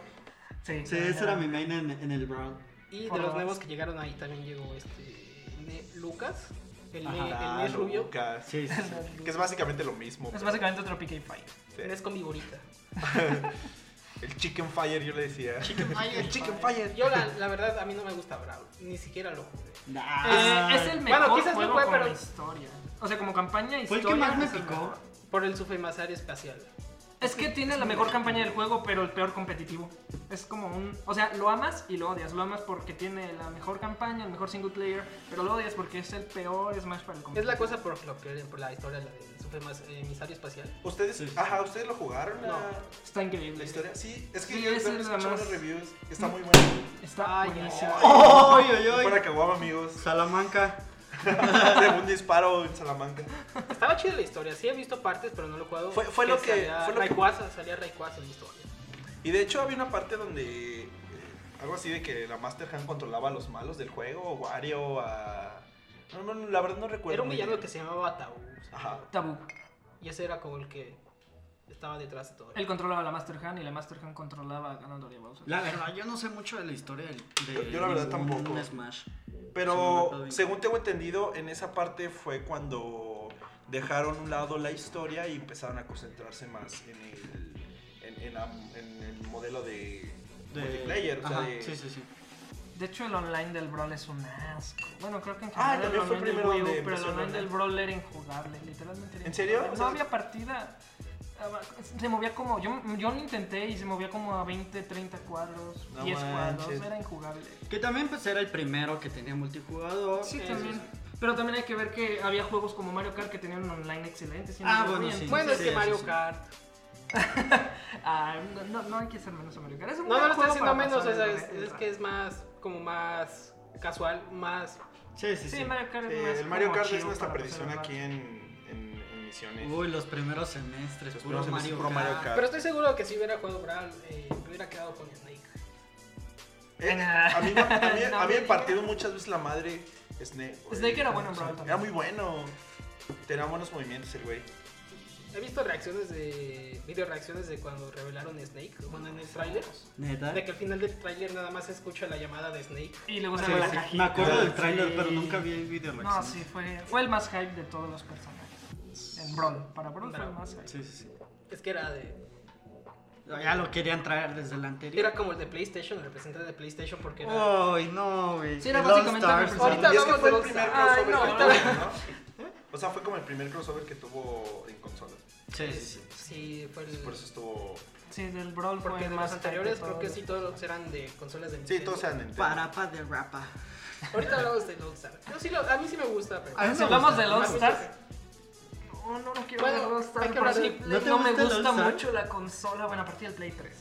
sí. Sí, ese era mi main en, en el Brawl. Y de Por los dos. nuevos que llegaron ahí también llegó este. Ne- Lucas. El, Ne- Ajá, el Nes Rubio. Ah, Lucas. Sí, sí, sí. Que es básicamente lo mismo. Es pero- básicamente otro PK Fight. sí. Nes con vigorita. El Chicken Fire, yo le decía. el Chicken Fire. Yo, la, la verdad, a mí no me gusta Brawl. Ni siquiera lo jugué. Nah. Eh, es el Bueno, mejor quizás no juego fue, como pero- historia. O sea, como campaña Fue historia. el que más me es el picó. mejor. Por el Sufemasario espacial. Es que tiene la mejor campaña del juego, pero el peor competitivo. Es como un. O sea, lo amas y lo odias. Lo amas porque tiene la mejor campaña, el mejor single player, pero lo odias porque es el peor Smash para el Es competitivo. la cosa por lo que por la historia la del super más eh, emisario espacial. ¿Ustedes, ajá, ¿ustedes lo jugaron? No. la- Está increíble. ¿La historia? Sí, es que Sí, yo esa también es la escuché más- unas reviews. Está muy buena. Está Ay, buenísimo. ¡Ay, ay, Para ay! Caguama, amigos. Salamanca. De un disparo en Salamanca. Estaba chida la historia, sí he visto partes, pero no lo he jugado. Fue- fue lo que- Salía fue lo que- Rayquaza, salía Rayquaza en la historia. Y de hecho había una parte donde eh, algo así de que la Master Hand controlaba a los malos del juego, Wario, a... No, no, no, la verdad no recuerdo. Era un muy villano bien. que se llamaba Tau. Ajá. Tabú. Y ese era como el que estaba detrás de todo. Él controlaba a la Master Hand y la Master Hand controlaba a Ganondorf y a Bowser. La verdad, yo no sé mucho de la historia del. Yo- De yo la verdad ningún tampoco. Smash. Sí, Pero me según tengo entendido, en esa parte fue cuando dejaron a un lado la historia y empezaron a concentrarse más en el, en, en la- en el modelo de, multiplayer. o sea, Ajá, de- Sí, sí, sí. De hecho, el online del Brawl es un asco. Bueno, creo que en Ah, general el también fue online del primero Wii U, donde pero el empezó el online del online. Brawl era injugable, literalmente. era ¿En serio? injugable. O No sea- había partida. Ah, Se movía como. Yo, yo lo intenté y se movía como a 20, 30 cuadros, No 10 manches. cuadros. Era injugable. Que también pues era el primero que tenía multijugador. Sí, Eh, también. Pero también hay que ver que había juegos como Mario Kart que tenían un online excelente. sin Ah, duda, bueno, y sí. entonces- Bueno, es Sí, que sí, Mario sí. Kart. Ah, no, no- no hay que ser menos a Mario Kart. Es un No, no buen lo estoy juego haciendo para menos, o pasar sea, el- es, el es rato. que es más, como más casual, más... Sí, sí, Sí, sí. Mario Kart es Eh, más el Mario como Kart es chill nuestra para pasar perdición el rato. aquí en, en, en misiones. Uy, los primeros semestres. Los puro primeros semestres, Mario puro Mario Kart. Kart. Pero estoy seguro que si hubiera jugado Brawl, eh, me hubiera quedado con Snake. Eh, Nah. a mí, me- a mí- a No mí me me digas. partido muchas veces la madre Snake. güey. Snake era bueno en Brawl Era también. muy bueno. Tenía buenos movimientos el güey. He visto reacciones de... video reacciones de cuando revelaron Snake, bueno, en el tráiler. Neta. De que al final del tráiler nada más se escucha la llamada de Snake. Y luego Sí, salió la sí. cajita. Me acuerdo del Sí. trailer, pero nunca vi el video. No, sí, fue, fue el más hype de todos los personajes. En Brawl. Para Brawl fue el Brawl. más hype. Sí, sí, sí. Es que era de... Ya lo querían traer desde el anterior. Era como el de PlayStation, el representante de PlayStation porque era... Ay, no, güey. Sí, era Lost básicamente Stars, el ¿no? Ahorita y es que hablamos fue de el los- primer Ay, crossover no, que no. tuvo, ¿no? O sea, fue como el primer crossover que tuvo en consolas. Sí, sí, sí. Sí, fue el... Por eso estuvo. Sí, del Brawl fue Porque el de más las hype de anteriores creo todos que los- sí todos eran de consolas de Nintendo. Sí, todos eran Nintendo. Parapa de rapa. Ahorita hablamos de Lone Star. Yo sí lo- a mí sí me gusta, pero... A mí me Si hablamos gusta. de Lost Más Stars. mucho No, no, no quiero Bueno, ver Lost Stars. hay que pero hablar de- sí, ¿No te no me gusta Lost gusta Stars? mucho la consola. Bueno, a partir del Play 3.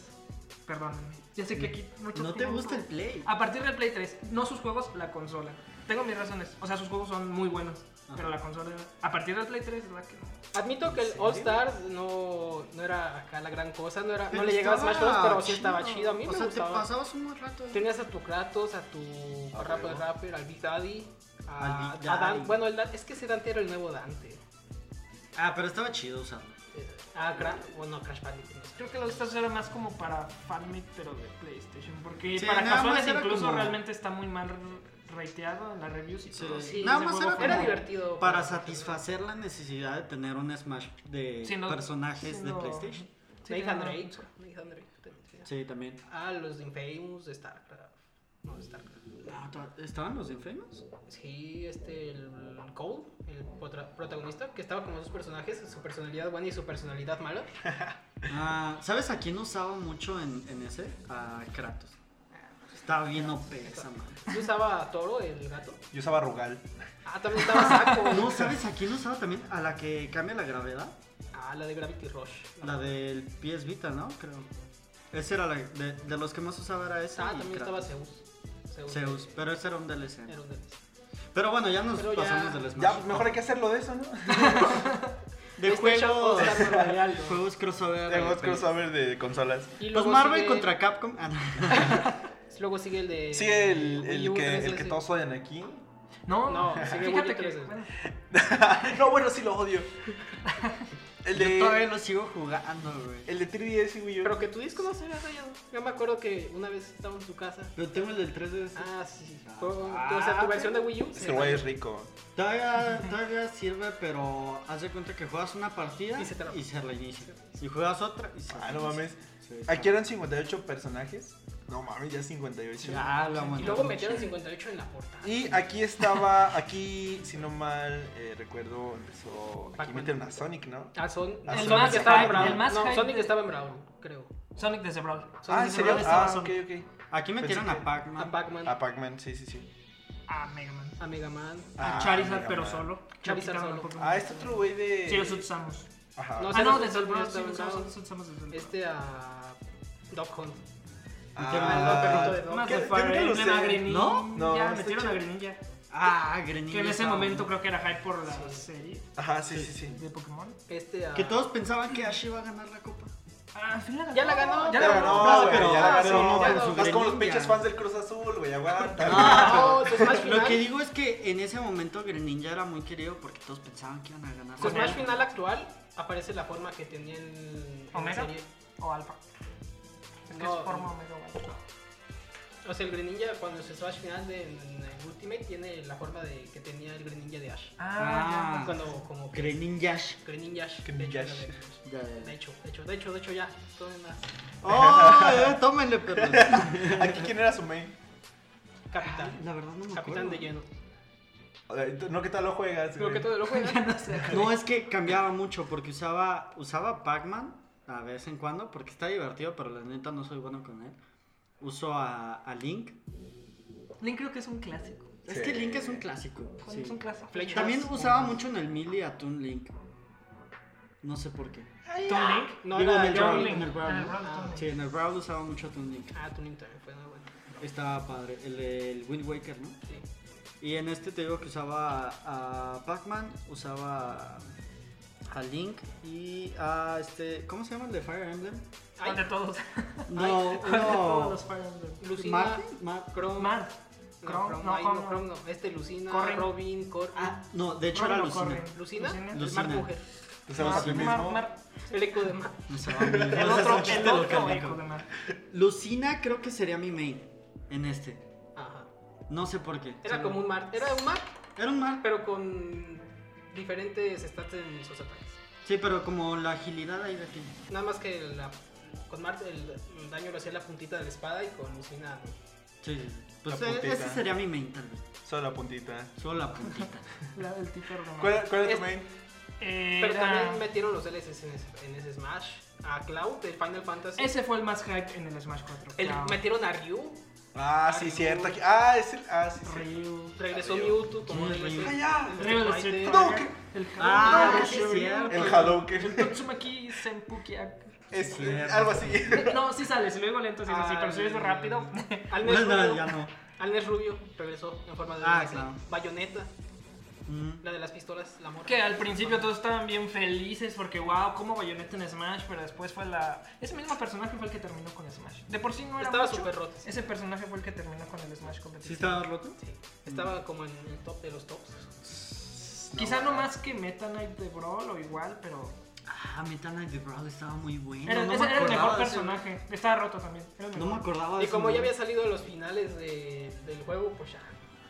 Perdónenme. Ya sé que aquí muchos. No te tienen- gusta el play. Ah, A partir del Play 3, no sus juegos, la consola. Tengo mis razones. O sea, sus juegos son muy buenos. Ajá. Pero la consola. A partir del Play 3 es la que no. que- Admito que el ¿Sí? All Stars no, no era acá la gran cosa, no, era, no Pero le llegaba a Smash Bros, estaba pero sí estaba chido. chido. A mí o me sea, te gustaba. pasabas un buen rato. ahí. Tenías a tu Kratos, a tu A Rapper huevo. Rapper, al Big Daddy, a, Ah, Al Big a Dan- Daddy. Bueno, el Dan- es que ese Dante era el nuevo Dante. Ah, pero estaba chido usarlo. Eh, Ah, Cra- bueno, Crash Bandicoot. no sé. Creo que Lost Stars era más como para fanmate, pero de PlayStation. Porque Sí, para nada más casuales era incluso como- realmente está muy mal rateado en las reviews y Sí. todo. Sí, Nada ese más juego era fue Era muy- divertido. Para pero- satisfacer la necesidad de tener un Smash de siendo- personajes siendo- de PlayStation. sí, Nathan siendo- Drake. Nathan Drake. también tenía. Sí, también. Ah, los de Infamous, de StarCraft. No, de StarCraft. Ah, ta- ¿Estaban los Infamous? Sí, este, el Cole, el potra- protagonista, que estaba como dos personajes, su personalidad buena y su personalidad mala. Ah, ¿Sabes a quién usaba mucho en, en ese? A Kratos. Estaba bien OP esa madre. Yo usaba a Toro, el gato. Yo usaba Rugal. Ah, también estaba Saco. No, ¿sabes a quién usaba también? A la que cambia la gravedad. Ah, la de Gravity Rush. La del PS Vita, ¿no? Creo. Esa era la. De, de los que más usaba era esa. Ah, y también estaba Kratos. Zeus. Zeus. Zeus. de- Pero ese era un DLC. era un DLC. Pero bueno, ya nos Pero ya- pasamos del Ya, Smash. mejor este hay que hacerlo de eso, ¿no? De PlayStation juegos. All Star Royale, ¿no? Juegos crossover. de Tenemos pelis. crossover de consolas. Y Pues luego Marvel sigue- contra Capcom. Ah, no. Luego sigue el de. Sí, el, Eh, Wii el, U que, 3DS. el que todos odian aquí. No, No, no, sigue Wii U fíjate que. 3D. bueno, no, bueno, sí lo odio. El Yo de, todavía lo sigo jugando, güey. el de 3DS y Wii U. Pero que tu disco no se había rayado. Yo me acuerdo que una vez estaba en tu casa. Pero tengo el del 3DS. Ah, sí. Ah. Fue- o sea, tu versión de Wii U. Es que el se Este güey rayó. es rico. Todavía, todavía sirve, pero haz de cuenta que juegas una partida Y se traba. y se reinicia. Y juegas otra y se Ah, reinicia. no mames. Sí, Aquí eran 58 personajes. No mames, ya 58. Ya Y lo aguantamos. luego metieron 58 en la portada. Y aquí estaba, aquí, si no mal eh, recuerdo, empezó. Aquí Pac-Man. metieron a Sonic, ¿no? Ah, Son- Ah, Sonic Sonic estaba estaba- en Brown. el más No, hype Sonic de- estaba en Brown, creo. Sonic desde Brawl. Ah, ¿en serio? Brawl estaba Ah, ok, Sonic. ok. Aquí metieron Pensé que- a A Pac-Man. Pac-Man, A Pac-Man, sí, sí, sí. Ah, Mega Man. a Mega Man. A Ah, Charizard, mira, pero man. solo. Charizard Lo quitaron solo. un poco. Ah, este otro güey de. Sí, los usamos. Ajá. No, ah, sea, no, los desde el Utsamos Brawl. ya Sí, los estaban usamos, los usamos desde el Brawl. Este a. Dog Hunt. Ah, Metieron al perrito Más ¿qué- de qué- Fire qué lo Emblem, sé? a Greninja. ¿No? No, ya este está metieron a chido. Greninja. Ah, Greninja. Que en ese estaba momento bueno. creo que era hype por la Sí. serie Ajá, sí, sí, sí. de Pokémon. Este a. Que todos pensaban que Ash iba a ganar la copa. Ah, al fin la ganó. Ya la ganó, Pero Ya no, la ganó. no, güey, pero- ya ah, ganó, sí, güey. ya no. Estás como los pinches Greninja. fans del Cruz Azul, güey, aguanta. Ah, No, tu Smash Lo final. que digo es que en ese momento Greninja era muy querido porque todos pensaban que iban a ganar. Tu la Con Smash copa. él. final actual aparece la forma que tenía en. en la ¿Omega? serie. O Alpha. Es que No, es forma no. Omega o Alpha. O sea, el Greninja, cuando es el Smash final de, en, el Ultimate, tiene la forma de que tenía el Greninja de Ash. Ah, Ah. ya. Cuando, como que. Greninja Ash. Greninja Ash. Greninja de hecho, Ash. era de- Ya, De ya, ya. hecho, de hecho, de hecho, de hecho, ya. Tomen más. Oh, eh, tómenle, perros. Aquí, ¿quién era su main? Capitán. La verdad Ah, no me Capitán acuerdo. de lleno. O sea, Eh, ¿tú- No, ¿qué tal lo juegas, Creo que güey? todo lo juega. No, es que cambiaba mucho porque usaba, usaba Pac-Man a vez en cuando porque está divertido, pero la neta no soy bueno con él. Uso a, a Link. Link creo que es un clásico. Es Sí. que Link es un clásico. sí. Es un clásico. Fletcher. También usaba mucho en el Melee a Toon Link. No sé por qué. Tom Link. No, Digo, era en el John Brawl. Link. En el Brawl, Ah, el ¿no? Brawl, Tom Link. Sí, en el Brawl usaba mucho a Toon Link. Ah, tu Link también fue, no, bueno. Estaba padre. El, el Wind Waker, ¿no? Sí. Y en este te digo que usaba a a Pac-Man, usaba a Link y a este. ¿Cómo se llama el de Fire Emblem? ¿Cuál de Ay, todos? No, ¿Cuál de todos no. los Fire Emblem? Lucina. Martin, Mar- Chrome. Mad. No, Chrome, Chrome, no, ay, no, Chrome, Chrome no. Este Lucina, Corrin. Robin, Corrin. Ah, no, de hecho era Robin o Lucina. Corrin. Lucina, el Lucina. Smart Mujer. ¿Tú sabes Mar- a ti Ah, Mar- mismo? Mar- El eco de Mar. No se va a olvidar. El Ese es otro, un chiste el otro local, eco local. de Mar. Lucina creo que sería mi main en este. Ajá. No sé por qué. Era Se- como un Mar. Era un Mar, Era un mar. pero con diferentes stats en sus ataques. Sí, pero como la agilidad ahí de aquí. Nada más que la- con Mar el, el daño lo hacía la puntita de la espada y con Lucina. no. Sí, sí, sí. Pues La eh, puntita. ese sería mi main tal vez. Solo la puntita. Solo la puntita. La del títer de Mar. Eh, ¿Cuál, cuál es Es- tu main? Pero también Era... metieron los DLCs en ese, en ese Smash. A Cloud del Final Fantasy. Ese fue el más hype en el Smash 4. El- Claro. metieron a Ryu. Ah, sí, Ryu. cierto. aquí- Ah, es el. Ah, sí, sí. Ryu. Regresó Ryu. Mewtwo como ¿Quién es DLC. Ryu? Ah, ya. Ryu del Street Fighter. No, Fighter. El Ah, Hadouken. sí, es cierto. El Hadouken. El Totsumaki Senpukiak. Es Cierto. algo así. No, sí sale, si lo digo lento, sí es así, Al- pero si es rápido. Al No, Nes no, Rubio. ya no. Al Nes Rubio regresó en forma de Ah, DLC. claro. Bayoneta, Mm. la de las pistolas, la morra. Que al principio todos estaban bien felices porque, wow, como Bayonetta en Smash, pero después fue la. Ese mismo personaje fue el que terminó con Smash. De por sí no era. Estaba mucho. súper roto, sí. Ese personaje fue el que terminó con el Smash ¿Sí competitivo. estaba roto? Sí. Estaba como en el top de los tops. Quizá No, no más que Meta Knight de Brawl o igual, pero. Ah, Meta Knight de Brawl estaba muy bueno. Era, no ese me era el acordaba mejor de ese- personaje. Estaba roto también. Era el No me mejor. Ah, acordaba de Y ese como ya había nombre. salido los finales de- del juego, pues ya.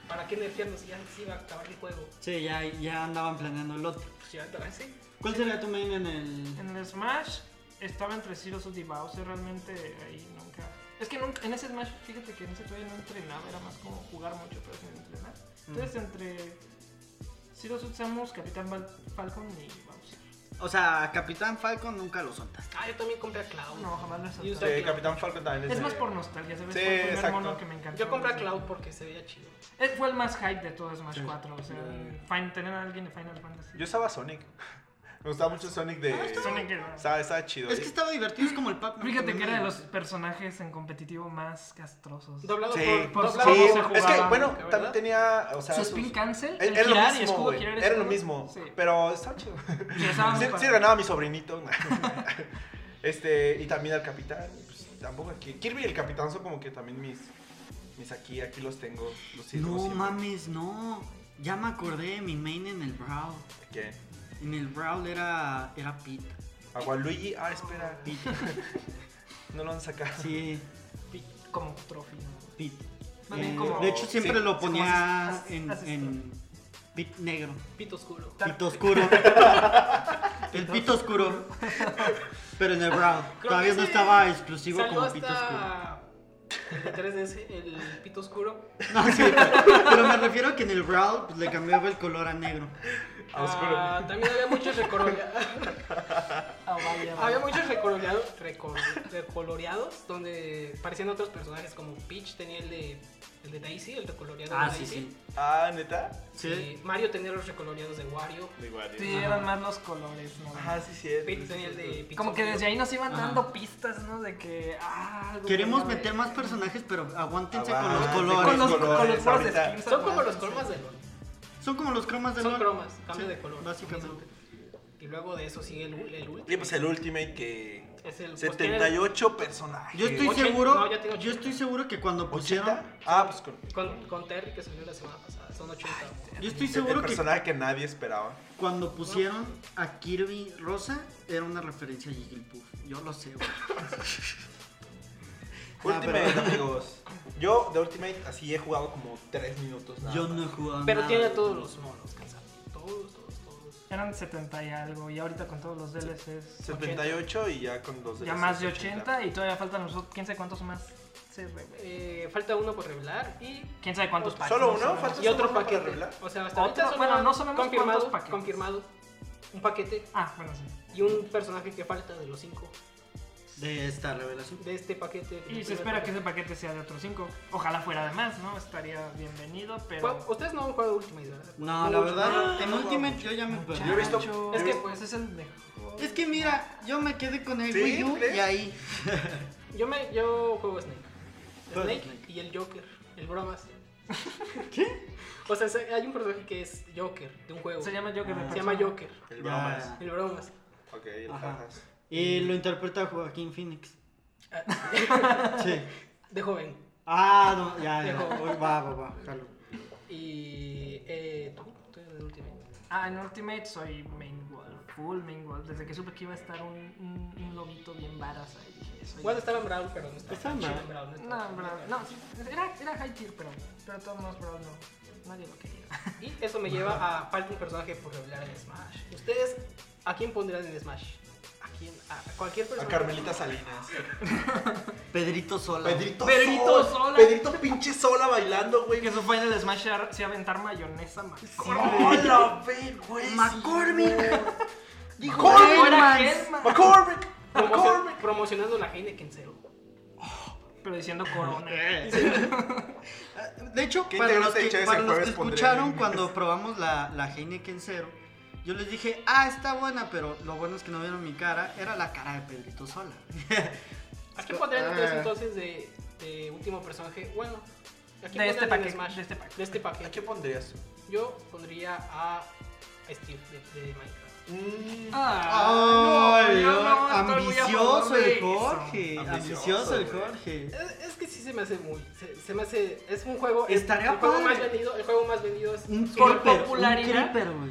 ¿Para qué nerfearnos si ya se iba a acabar el juego? Sí, ya, ya andaban planeando el otro. Pues ya, tal vez sí. ¿Cuál sería tu main en el...? En el Smash estaba entre Zero Suit y Bowser, realmente ahí nunca. Es que nunca, en ese Smash, fíjate que en ese todavía no entrenaba, era más como jugar mucho, pero sin entrenar. Entonces, Mm. entre Zero Suit Samus, Capitán Val- Falcon y Bowser. O sea, Capitán Falcon nunca lo soltaste. Ah, yo también compré a Cloud. No, jamás lo Y he un soltado. Sonic. Sí, Capitán Falcon también Es de- más por nostalgia, ¿sabes? Sí, fue el primer exacto. mono que me encantó. Yo compré a desde- Cloud porque se veía chido. Eh, Fue el más hype de todo Smash Sí. 4, o sea, Ya, ya. fin- tener a alguien de Final Fantasy. Yo usaba Sonic. Me gustaba mucho Sonic de. Sonic era- Estaba, estaba chido. Es que estaba divertido, es como el Pac-Man. Fíjate que era de los Sí, personajes en competitivo más castrosos. Doblado Sí, por, por doblado cómo Sí, se por- es que jugaba, bueno, ¿verdad? también tenía, o sea, su sus- spin cancel, Era, el era girar lo y mismo, escudo, güey, girar y era lo escudo. mismo, Sí. Ah, pero estaba chido. Sí, estaba muy Sí, padre. sí ganaba a mi sobrinito. este, y también al capitán. y Pues, tampoco aquí. Kirby y el capitán son como que también mis. Mis aquí, aquí los tengo. Los sigo No siempre. mames, no. Ya me acordé de mi main en el Brawl. ¿Qué? En el Brawl era, era Pete. A Waluigi. Ah, espera. Pete. No lo han sacado. Sí, como trofeo. Pete. Más bien Eh, como- de hecho, siempre sí, lo como ponía asist- en, asist- en Pete negro. Pito oscuro. Pito oscuro. el pito oscuro. Pero en el Brawl. Creo Todavía que no ese estaba exclusivo Salió como pito oscuro. hasta El de 3DS, el pito oscuro. No, sí, pero, pero me refiero a que en el Brawl pues, le cambiaba el color a negro. A oscuro. Ah, también había muchos recoloreados. Ah, vaya, vaya. había muchos recoloreados, recol- recoloreados donde parecían otros personajes como Peach tenía el de, el de Daisy, el recoloreado de Daisy. Ah, neta. Sí. Eh, Mario tenía los recoloreados de Wario. De Wario. Sí, eran más los colores, ¿no? Ajá, sí, cierto. Pete sí, tenía el de cierto. Pizza Como que Hut. desde ahí nos iban Ajá. dando pistas, ¿no? De que. Ah, algo Queremos podía meter haber. más personajes, pero aguántense Aguante, con los con colores. Con los, con los colores, puros ahorita. skins, Son como ¿verdad? los cromas de LOL. Son como los cromas de Son LOL. cromas, cambio Sí, de color. Básicamente. Y luego de eso sigue el, ul- el último. Y pues el Ultimate que. Es el 78 personajes. Yo estoy Ochen- seguro, no, ya tiene yo estoy seguro que cuando pusieron, 80. Ah, pues con. Con, con Terry que salió la semana pasada. Son 80. yo El, estoy el seguro que Ah, personaje que nadie esperaba. cuando pusieron a Kirby Rosa era una referencia a Jigglypuff. Yo lo sé. güey. Ah, pero- Ultimate, amigos. Yo de Ultimate así he jugado como 3 minutos. Nada Yo más. no he jugado Pero nada, tiene güey. todos los monos, cansado. Todos, todos, todos. Eran 70 y algo, y ahorita con todos los DLCs. 78 y ya con los de Ya más de 80, y todavía faltan los otros, quién sabe cuántos más. se revelen. Eh, falta uno por revelar y. Quién sabe cuántos packs. ¿Solo no uno? sé. Falta- Y otro solo uno para paquete. revelar? O sea, hasta Otro, ahorita solo bueno, han no sabemos cuántos confirmado, paquetes. confirmado. Un paquete Ah, bueno, sí. y un personaje que falta de los cinco de esta revelación. de este paquete. del Y primer se espera que paquete. ese paquete sea de otros 5. Ojalá fuera de más, ¿no? Estaría bienvenido, pero. Bueno, Ustedes no han jugado Ultimate, ¿verdad? No, la verdad, en Ultimate yo ya me perdí. Yo he visto- Muchachos, yo Es he que visto- pues es el mejor. Es que mira, yo me quedé con el ¿Sí? Wii U ¿Crees? y ahí. Yo, me, yo juego Snake. Juego Snake, Snake. y el Joker, el bromas. ¿Qué? O sea, se- hay un personaje que es Joker de un juego. Se llama Joker. Ah. de Se llama persona. Joker, El Ya. bromas. el bromas. Ok, el Ajá. jajas. Y eh, lo interpreta Joaquín Phoenix. Ah. Sí. De joven. Ah, no, ya, ya. Dejo. Uy, Va, va, va, jalo. Y eh, tú, tú eres de Ultimate. Ah, en Ultimate soy main wall, full main wall. Desde que supe que iba a estar un, un, un loguito bien varas ahí, dije, soy- Bueno, estaba en Brown, pero no estaba. Está en Brawl. Brawl, no estaba. No, bro, no, sí, era, era high tier, pero, pero de todos modos, bro, no. Nadie lo quería. Y eso me lleva a falta un personaje por revelar en Smash. ¿Ustedes a quién pondrían en Smash? ¿A quién? ¿A cualquier A persona? Carmelita Salinas. Pedrito Sola. Pedrito Sola. Pedrito pinche sola bailando, güey. Que eso fue en el Smash Ar- sí aventar mayonesa, más. ¡Hola, ve, güey! McCormick. Dijo McCormick. Fuera Hellmans. Hellmans. ¡McCormick! Promocio- ¡McCormick! promocionando la Heineken Zero. Pero diciendo corona. De hecho, ¿Qué para los integrante de que, Chávez para el los que jueves pondría escucharon en- cuando probamos la, la Heineken Cero, yo les dije, ah, está buena, pero lo bueno es que no vieron mi cara, era la cara de Pedrito Sola. ¿A quién pondrían ustedes Ah. entonces de, de último personaje? Bueno, ¿a quién De este pondrían en paquete, Smash? de este paquete. De este ¿A paquete. qué pondrías? Yo pondría a Steve de, de Minecraft. Mm. Ah, no, Ay, yo no Dios, estoy muy a ambicioso favor de el eso. Jorge, Ambicioso, ambicioso el güey. Jorge. Es, es que sí se me hace muy. Se, se me hace. Es un juego. el- Estaría el, juego padre. más vendido. El juego más vendido es. Un Por creeper, un popularidad. creeper, güey.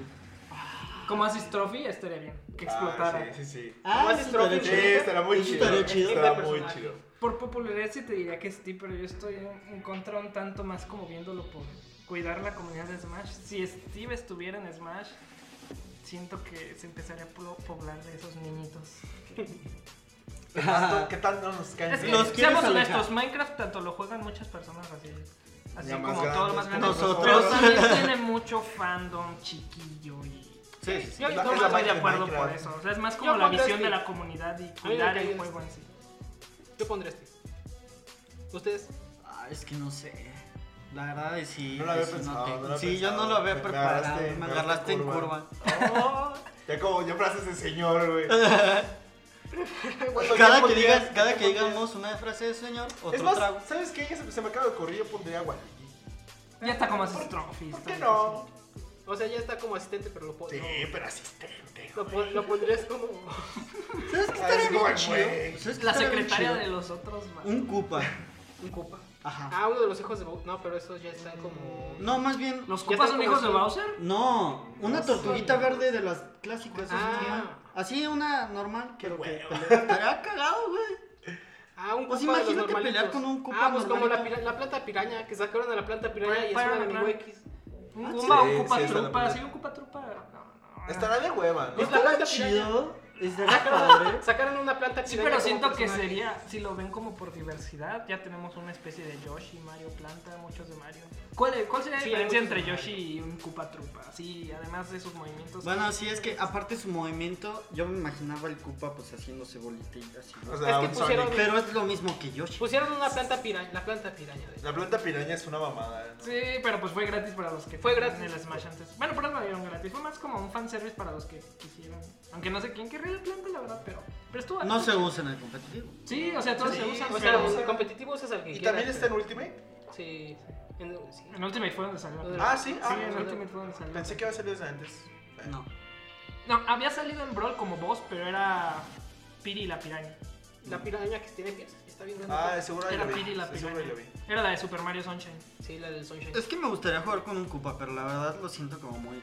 Como haces trophy, estaría bien. Que explotara. Ah, sí, sí, sí. Ah, Nomás eso es estaría trophy. Sí, chido. estará muy Eso chido. estaría chido. Estará Qué muy personaje. chido. Por popularidad sí te diría que sí, pero yo estoy en, en contra un tanto más como viéndolo por cuidar la comunidad de Smash. Si Steve estuviera en Smash, siento que se empezaría a po- poblar de esos niñitos. ¿Qué tanto- ¿Qué tal no nos caen? Es que, bien? Los quieres seamos alejar. honestos, Minecraft tanto lo juegan muchas personas así, así Ya más como todo lo grandes más como grande. nosotros. Pero también tiene mucho fandom chiquillo y... Sí, sí, sí. Yo Es la- no es la estoy de magia de acuerdo por Minecraft. eso. O sea, es más Yo como la pondré visión de Steve. la comunidad y me cuidar cae el Steve. pues. juego en sí. Yo pondría Steve. ¿Ustedes? Ah, es que no sé. La verdad es sí. No lo había sí, pensado, tengo. no lo había sí, yo pensado. no lo había Me preparado. agarraste- me me agarraste agarraste en curva. curva. Ya como, ya frases de señor, güey. Cada que, digas, cada que digamos una frase de señor, otro Es más, trago. ¿sabes qué? Ya se, se me acaba de ocurrir, yo pondría agua. Ya está como haces trophy. ¿Por está qué bien. no? O sea, ya está como asistente, pero lo, po- Sí, lo, pero asistente. lo pon- lo pondrías como. ¿Sabes qué Ah, estaría es bien como, chido? güey. ¿Sabes qué La estaría bien secretaria chido? de los otros. va. Un cupa. Un copa. Ajá. Ah, uno de los hijos de. Bo- No, pero esos ya están como. No, más bien. ¿Los Ya Koopas está son como hijos de azul. Bowser? No, una No tortuguita soy- verde de las clásicas. Ah. esas, ¿no? Así, una normal, pero que hueva. pelea. Estaría cagado, güey. Ah, un Pues copa de los imagínate pelear normalitos. con un copa Ah, pues como la, normalito. pira- la planta piraña, que sacaron a la planta piraña y es Para una la de planta. X. Un Ah, Goomba, sí, un Koopa sí, está la Trupa. buena. Sí, un Koopa Trupa. No, no, no. Estará de hueva, Es ¿no? la Estaría planta piraña. chido. Estaría padre. Sacaron una planta Sí, que venga pero como siento que personaje. sería, si lo ven como por diversidad, ya tenemos una especie de Yoshi, Mario Planta, muchos de Mario. ¿Cuál, cuál sería la Sí, hay diferencia muchos entre de Yoshi y un Koopa Troopa? Sí, además de sus movimientos. Bueno, sí, es que aparte su movimiento, yo me imaginaba el Koopa pues haciéndose bolita y así. ¿no? O sea, que un pusieron- Sonic. Pero es lo mismo que Yoshi. Pusieron una planta piraña, la planta piraña. de- La planta piraña es una mamada. ¿no? Sí, pero pues fue gratis para los que Fue tenían gratis. el Smash antes. Bueno, pero no lo dieron gratis. Fue más como un fanservice para los que quisieran. Aunque no sé quién querría la planta, la verdad, pero, pero estuvo No así. se usa en el competitivo. Sí, o sea, todos Sí, se usan. O sea, pero- en el competitivo usas al que ¿Y quieras, también está en pero- Ultimate? Sí. en- sí. En Ultimate fue donde salió. Ah, Ah, sí. Ah, sí, en no, Ultimate fue donde salió. Pensé que había salido desde antes. No. No, había salido en Brawl como boss, pero era Piri y la piraña. La piraña que tiene pies. Está bien grande. Ah, seguro ahí Era lo vi. Piri y la sí, seguro ahí piraña. lo vi. Era la de Super Mario Sunshine. Sí, la del Sunshine. Es que me gustaría jugar con un Koopa, pero la verdad lo siento como muy. eh.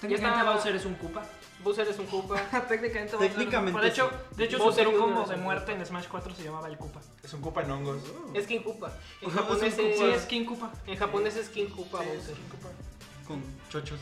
Técnicamente estaba- Bowser es un Koopa. Bowser es un Koopa. Técnicamente Bowser es un Técnicamente De hecho, sí. de hecho Bowser su Jr. combo es de un muerte en Smash 4 se llamaba el Koopa. Es un Koopa en hongos. Es King Koopa. En Ajá, Pues japonés es un es, Sí, es King Koopa. en japonés es King Koopa Sí, es Bowser. un Koopa. Con chochos.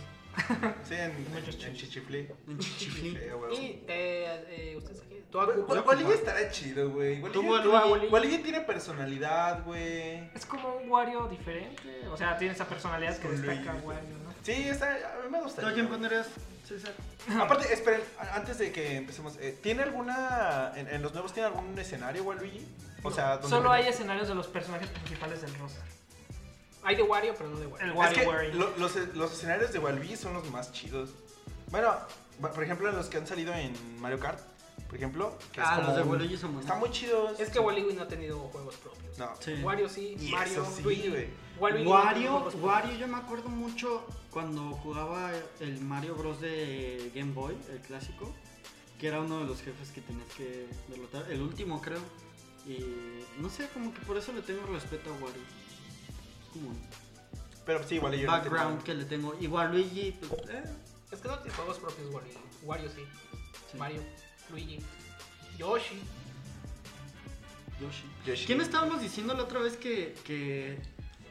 Sí, en, en, Muchos en chichis. Chichifli. En Sí, chichiflí. güey. Y eh, eh, ustedes aquí, tu Igual- Aku- igual- Koopa. Igual ella estará chido, güey. Igual Tú, ella- Wally. igual- igual ella tiene personalidad, güey. Es como un Wario diferente. O sea, tiene esa personalidad que Con destaca Luigi. Wario, ¿no? Sí, está, a mí me gusta. ¿Tú a quién pondrías, César? Aparte, esperen, a- antes de que empecemos, eh, ¿tiene alguna. En, en los nuevos tiene algún escenario, güey, Luigi? O sea, donde. Solo hay escenarios de los personajes principales del rosa. Hay de Wario, pero no de Wario. El Es que Wario Wario. lo- los, los escenarios de Waluigi son los más chidos. Bueno, va- por ejemplo, los que han salido en Mario Kart, por ejemplo. que es Ah, como los de un- Waluigi son buenos. Están muy chidos. Es que Waluigi no ha tenido juegos propios. No. Sí. Wario sí, Y Mario, eso sí, Luigi. güey. Waluigi no tiene Wario, juegos propios. Wario, yo me acuerdo mucho cuando jugaba el Mario Bros de Game Boy, el clásico, que era uno de los jefes que tenías que derrotar, el último creo. Y no sé, como que por eso le tengo respeto a Wario. Es como un Pero sí, Waluigi. no tiene background tanto. que le tengo. Y Waluigi, pues, eh, Es que no tiene juegos propios Wario. Wario sí. Sí. Mario, Luigi, Yoshi. Yoshi. Yoshi. ¿Quién estábamos diciendo la otra vez que, que,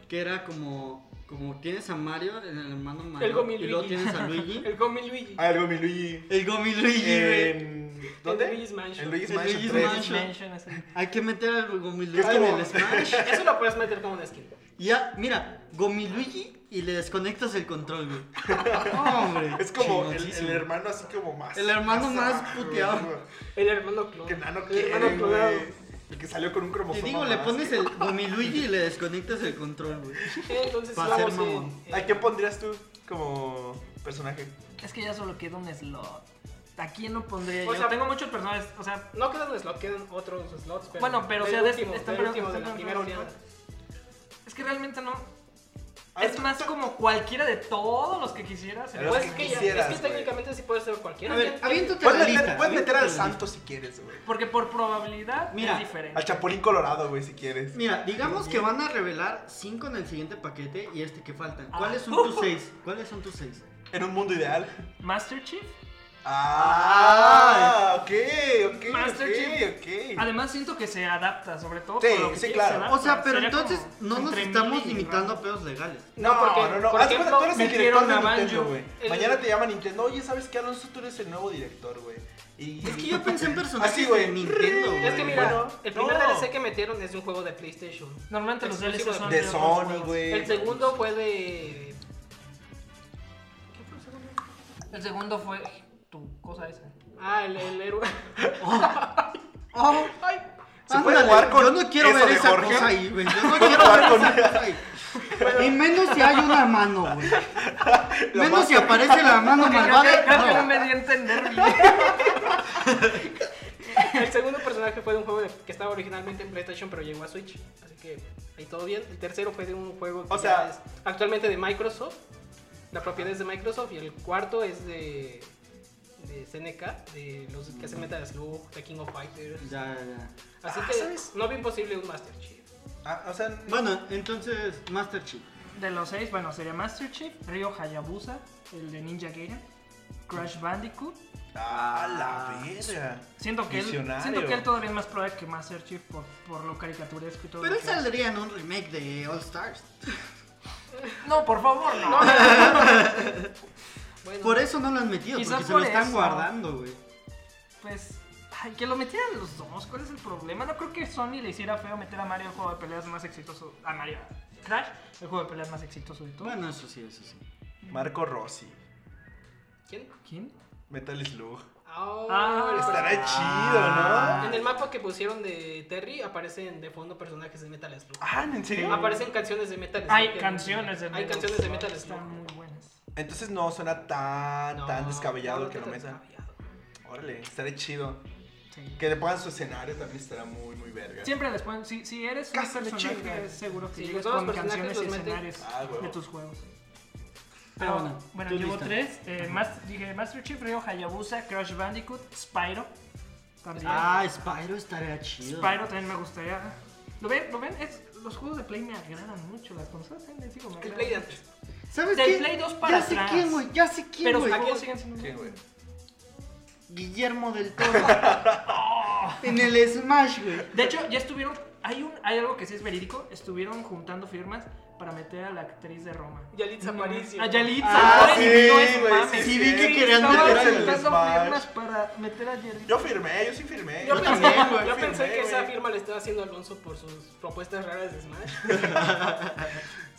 que era como, como tienes a Mario, en el hermano Mario, Gomi y luego Luigi. tienes a Luigi? El Gomi Luigi. Ah, el Gomi Luigi. el Gomi Luigi, güey. En... ¿Dónde? En Luigi's Mansion. En Luigi's En Mansion Luigi's 3. Mansion. Mansion es el- Hay que meter al Gomiluigi Es como- en el Smash. Eso lo puedes meter como una skin. Ya, mira, Gomiluigi y le desconectas el control, güey. No, hombre. Es como el, Chingoncísimo. el hermano así como más. El hermano más abajo, puteado. güey. El hermano clon. Que nano El quiere, hermano clonado. güey. El que salió con un Te cromosoma. digo, le más. pones el Gomiluigi y le desconectas el control, güey. Entonces Pa' ser vamos mamón. en- ¿A en- qué pondrías tú como personaje? Es que ya solo queda un slot. ¿A quién lo pondría O yo? sea, tengo muchos personajes. O sea, No quedan un slot, quedan otros slots. Pero Bueno, pero, o del sea, de- último, están- del último, de están- la primera están- oleada. es que realmente no. Ah, Es tú- más tú- como cualquiera de todos los que quisieras. Pero Pues que es que, ya- quisieras, es que güey. técnicamente sí puede ser cualquiera. A ver, ¿Quién- aviéntate la Puedes lista. meter, puedes meter aviéntate al la lista. santo si quieres, güey. Porque por probabilidad Mira, es diferente. Al chapulín colorado, güey, si quieres. Mira, digamos que van a revelar 5 en el siguiente paquete y este que faltan. Ah. ¿Cuáles son tus 6? ¿Cuáles son tus 6? En un mundo ideal. Master Chief. Ah, ok, ok, Master ok, ok. Además siento que se adapta, sobre todo. Sí, por lo que sí, quieres, claro. se adapta. O sea, pero Ah, Sería entonces como no nos entre estamos mil y limitando a raro. pedos legales. No, porque, no, no. por Haz de ejemplo, cuenta, tú eres el director metieron de a Banjo. Nintendo, güey. El- Mañana te llama Nintendo. Oye, ¿sabes qué, Alonso? Tú eres el nuevo director, güey. Y... Es que yo pensé en personajes Así, güey. de Nintendo, güey. Es que mira, Bueno, el primer no. DLC que metieron es de un juego de PlayStation. Normalmente los Exclusivo DLC son de otros Sony, juegos. güey. El segundo fue de. ¿Qué fue el segundo? El segundo fue tu cosa esa. Ah, el, el héroe. Oh, Ay, Se puede jugar con Yo no quiero eso ver de esa Jorge. cosa ahí, güey. Yo no quiero ver jugar esa cosa ahí. Y menos si hay una mano, güey. La Menos si máscara. aparece la mano Creo que, creo que no malvada. No. me di a entender bien. el segundo personaje fue de un juego de- que estaba originalmente en PlayStation, pero llegó a Switch. Así que ahí todo bien. El tercero fue de un juego que O ya sea- es actualmente de Microsoft. La propiedad es de Microsoft. Y el cuarto es de. de CNK, de los que hacen Metal Slug, The King of Fighters. Ya, ya. Así Ah, que ¿sabes? no vi imposible un Master Chief. Ah, o sea, Bueno, entonces, Master Chief. De los seis, bueno, sería Master Chief, Ryo Hayabusa, el de Ninja Gaiden, Crash Bandicoot. Ah, la verga. Siento que, él, Visionario. siento que él todavía es más probable que Master Chief por, por lo caricaturesco y todo. Pero lo él que hace. saldría en un remake de All Stars. No, por favor, no. Bueno, Por eso no lo han metido, Quizá porque se por lo están eso. guardando, güey. pues, ay, que lo metieran los dos, ¿cuál es el problema? No creo que Sony le hiciera feo meter a Mario el juego de peleas más exitoso, a Mario Crash, el juego de peleas más exitoso de todo. Bueno, eso sí, eso sí. Marco Rossi. ¿Quién? ¿Quién? Metal Slug. Ah, Ah, el- Estará Ah. En el mapa que pusieron de Terry aparecen de fondo personajes de Metal Slug. chido, ¿no? Ah, ¿en serio? Aparecen canciones de Metal Slug. Hay en- canciones de Hay canciones de Slug, Metal Slug. Están muy buenas. Entonces no suena tan, No, tan descabellado no, que lo tan metan. descabellado. Órale, estaré chido. Sí. Que le pongan su escenario también estará muy, muy verga. Siempre les ponen, si, si eres un Casa de personaje, chingas. es seguro que Sí, llegas todos los con personajes canciones y los meten. escenarios Ah, huevo. de tus juegos. Ah, Pero bueno, bueno, Ah, tú llevo lista. tres. eh, Mas- dije Master Chief, Ryo Hayabusa, Crash Bandicoot, Spyro. También. Ah, Spyro estaría chido. Spyro también me gustaría. ¿Lo ven? ¿Lo ven? Es- los juegos de Play me agradan mucho. Las consolas también les digo, me El agradan. Play de antes. ¿Sabes Del qué? Play 2 para ya sé atrás. quién, güey. Ya sé quién, Pero güey. sus juegos siguen siendo muy ¿Qué, güey? buenos. Guillermo del Toro. en el Smash, güey. De hecho, ya estuvieron. Hay, un, hay algo que sí es verídico. Estuvieron juntando firmas para meter a la actriz de Roma. Yalitza Aparicio. A Yalitza. Ah, Ahora sí, no es güey, sí, mame. sí, vi que querían estaban meter a la juntando Smash. firmas para meter a Yalitza. Yo firmé, Eh, yo sí firmé. Yo, pensé, también, güey, yo firmé, pensé que esa güey. firma le estaba haciendo Alonso por sus propuestas raras de Smash.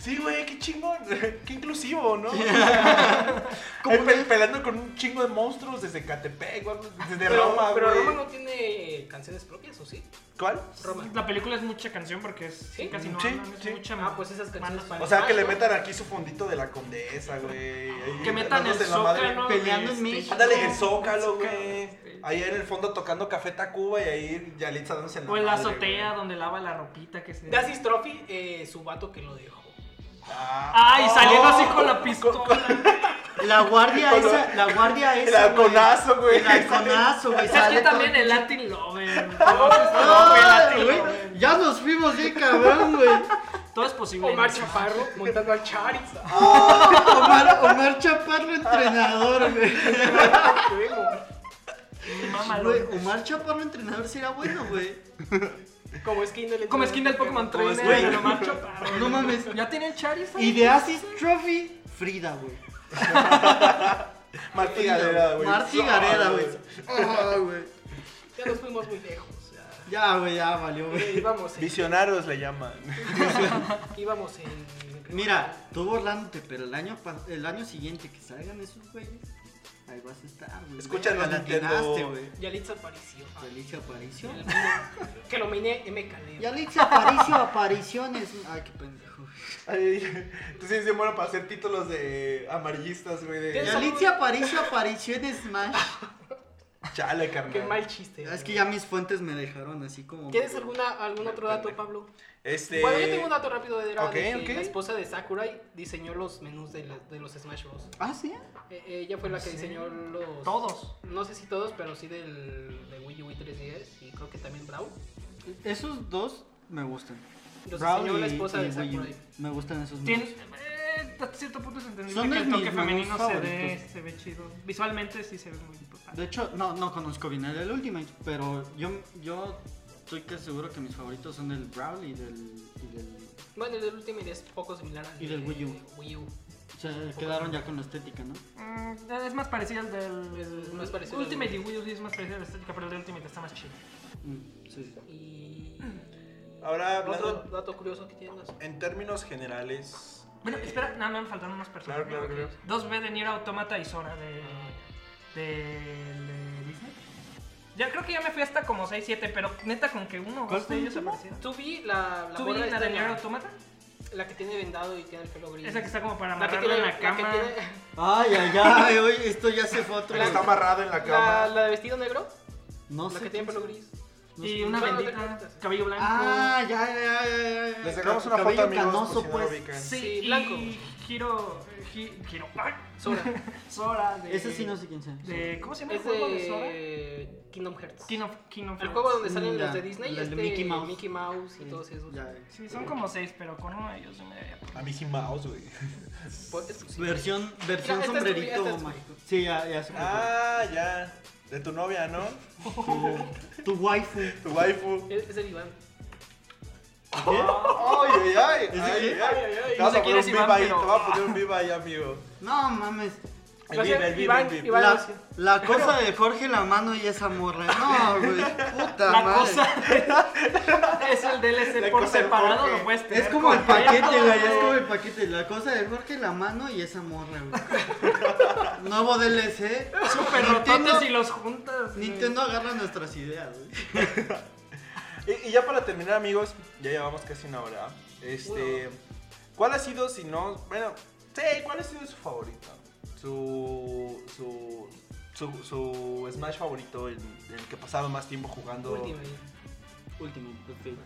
Sí, güey, qué chingón. Qué inclusivo, ¿no? Como Eh, pe- una- peleando con un chingo de monstruos desde Catepec, güey, desde pero, Roma, pero güey. Roma no tiene eh, canciones propias, ¿o sí? ¿Cuál? Roma. La película es mucha canción porque es Sí, casi no sí, hablan, es sí. mucha Ah, pues esas canciones mano. para O sea, que le Smash, ¿no? metan aquí su fondito de la condesa, güey. ahí Que metan el dándose la madre. zócalo Peleando en de este- México. Ándale, el zócalo, El güey. Zócalo. Ahí en el fondo tocando Café Tacuba y ahí Yalitza dándose la O en la madre, azotea güey. donde lava la ropita que se. Dazzy's Trophy, eh, su vato que lo dejó. Ah, Ay, saliendo así con la pistola. La guardia Con lo- esa, la guardia esa. el halconazo, güey. El halconazo, güey. ¿Sabes sale quién también? todo- El Latin Lover. güey. Ah, El Latin güey, Lover. Ya nos fuimos bien cabrón, güey. Todo es posible. Omar ¿no? Chaparro montando al Charizard. Omar, Omar Chaparro entrenador, güey. Ah, Mi mamá lo- Güey, Omar Chaparro entrenador sería bueno, güey. Como skin del Como skin del Pokémon Como 3. skin. Omar Chaparro. No mames. ¿Ya tiene el Charizard? Y de Asis Trophy, Frida, güey. Martí Gareda, güey. Martí Gareda, güey. Ah, güey. Ya nos fuimos muy lejos. ya. Ya, güey, ya valió, Eh, güey. Íbamos en, Visionarios le llaman. íbamos en- Mira, tú burlándote, pero el año, pa- el año siguiente que salgan esos güeyes, ahí vas a estar, güey. Escúchanos, La atinaste, Nintendo. güey. Yalitza Aparicio. Alicia Aparicio. El mundo- Que lo miné M. Calero. Y Alicia Aparicio, apariciones. Ay, qué pendejo. Ay, Entonces es bien bueno para hacer títulos de amarillistas, güey. Y De... ¿Tienes- Alicia Aparicio, apariciones Smash. Chale, Qué carnal. mal chiste. Es que ya mis fuentes me dejaron así como. ¿Tienes alguna, algún otro dato, Pablo? Este. Bueno, yo tengo un dato rápido de Dra. Ok, de que ok. La esposa de Sakurai diseñó los menús de, la- de los Smash Bros. Ah, sí. Eh, ella fue la que Sí. diseñó los. Todos. No sé si todos, pero sí del de Wii U y 3DS y creo que también Brawl. Esos dos me gustan. Los Brawl diseñó la y- esposa y de Wii U. Sakurai. Me gustan esos Tiene, dos. eh, hasta cierto punto es entendible Son que de el toque mis femenino menús se ve, favoritos. se ve chido. Visualmente sí se ve muy importante. De hecho, no, no conozco bien el del Ultimate, pero yo, yo estoy casi seguro que mis favoritos son del Brawl y del. Y del Bueno, el del Ultimate es poco similar al Y del de Wii U. Wii U. se quedaron ya con la estética, ¿no? Mm, es más parecido al del Es más parecido al Ultimate y del- Wii U, sí es más parecido a la estética, pero el de Ultimate está más chido. Mm, sí. Y. Ahora Otro hablando dato curioso que tienes. en términos generales. eh, Bueno, espera, no, no, me faltaron unas personas. Claro, claro, claro. 2B de Nier Automata y Sora de, de, de Disney. Ya creo que ya me fui hasta como 6, 7, pero neta con que uno o ¿Cuál dos fue de el ellos último? aparecieron. ¿Tú vi la, la ¿Tú gorra este vi la esta, de Nier Automata? la que tiene vendado y tiene el pelo gris? Esa que está como para La que amarrarla tiene en la cama. La, que tiene- Ay, ay, ay, oye, esto ya se fue a otro. que Está amarrado en la la, cama. la de vestido negro, No la sé. que tiene quién pelo sea. gris. No Y sé. una Bueno, no te bendita, cortes. cabello blanco. Ah, ya, ya, ya, ya, ya. Les dejamos una Cabello foto, amigos. canoso, por si no lo pues. ubican. Sí, Sí, y blanco. Giro. Gi- Giro. ¡ay! Sora. Sora de. Ese sí no sé quién sea. de- ¿Cómo se llama es el juego de Sora? de Kingdom Hearts. King of, King El of Hearts. juego donde salen Mm, ya. los de Disney, El de este, Mickey Mickey Mouse. Mouse, y todos esos. Ya, ya. Sí, son como seis, pero con uno de ellos yo me daría por- A Mickey Mouse, güey. Pues, es- sí. Versión, versión Mira, esta es tu- sombrerito esta es tu- mágico. Sí, ya, ya se me Ah, ya. De tu novia, ¿no? ocurrió. Tu, tu waifu. Tu waifu. Es es el Iván. Ay, ay, ay. ¿Es de ay, ay, qué? ay. Te No vas sé a quién poner es un Iván, viva ahí, te pero- vas a poner un viva ahí, amigo. No mames. Va a ser el vive, Iván, el vive. Iván La, Lucio. la cosa de Jorge la mano y esa morra. No, güey. Puta La madre. cosa es el DLC La por cosa del separado, Jorge. lo puedes tener. Es como el completo, paquete, güey. Es güey. como el paquete. La cosa de Jorge la mano y esa morra, güey. Nuevo DLC. Súper Nintendo- rototes y los juntas. güey. Nintendo agarra nuestras ideas, güey. Y, y ya para terminar, amigos, ya llevamos casi una hora. Este, ¿cuál ha sido, si no, bueno, sí, cuál ha sido su favorito? Su, su, su, su Smash favorito, el, el que ha pasado más tiempo jugando. Ultimate. Ultimate, perfecto.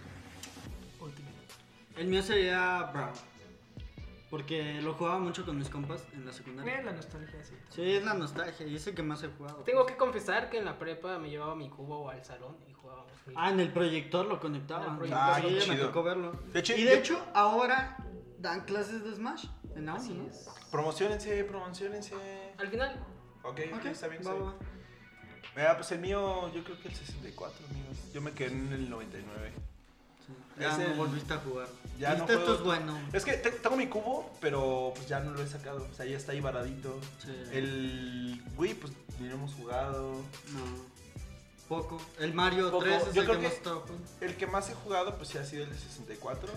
Ultimate. El mío sería Brown. Porque lo jugaba mucho con mis compas en la secundaria. Mira la nostalgia, sí. Sí, es la nostalgia y es el que más he jugado. Tengo que confesar que en la prepa me llevaba mi cubo al salón y jugábamos. Ah, en el proyector lo En conectaban. el proyector. Ah, Ah, qué sí, me chido. tocó verlo. De hecho, y yo- de hecho, ahora dan clases de Smash en Audi, Así ¿no? es. Promocionense, promocionense. Al final, Ok, ok, Ok, está bien, está va, bien. va. Mira, pues el mío, yo creo que el 64, amigos. Yo me quedé en el 99. Sí. Ya Es no el- volviste a jugar. Ya no Viste, esto juego- es bueno. Es que te- tengo mi cubo, pero pues ya no lo he sacado. O sea, ya está ahí varadito. Sí. El Wii, pues ni lo hemos jugado. No. Poco. El Mario Poco. 3 es Yo el creo que que- más estaba jugando. El que más he jugado, pues sí ha sido el de 64.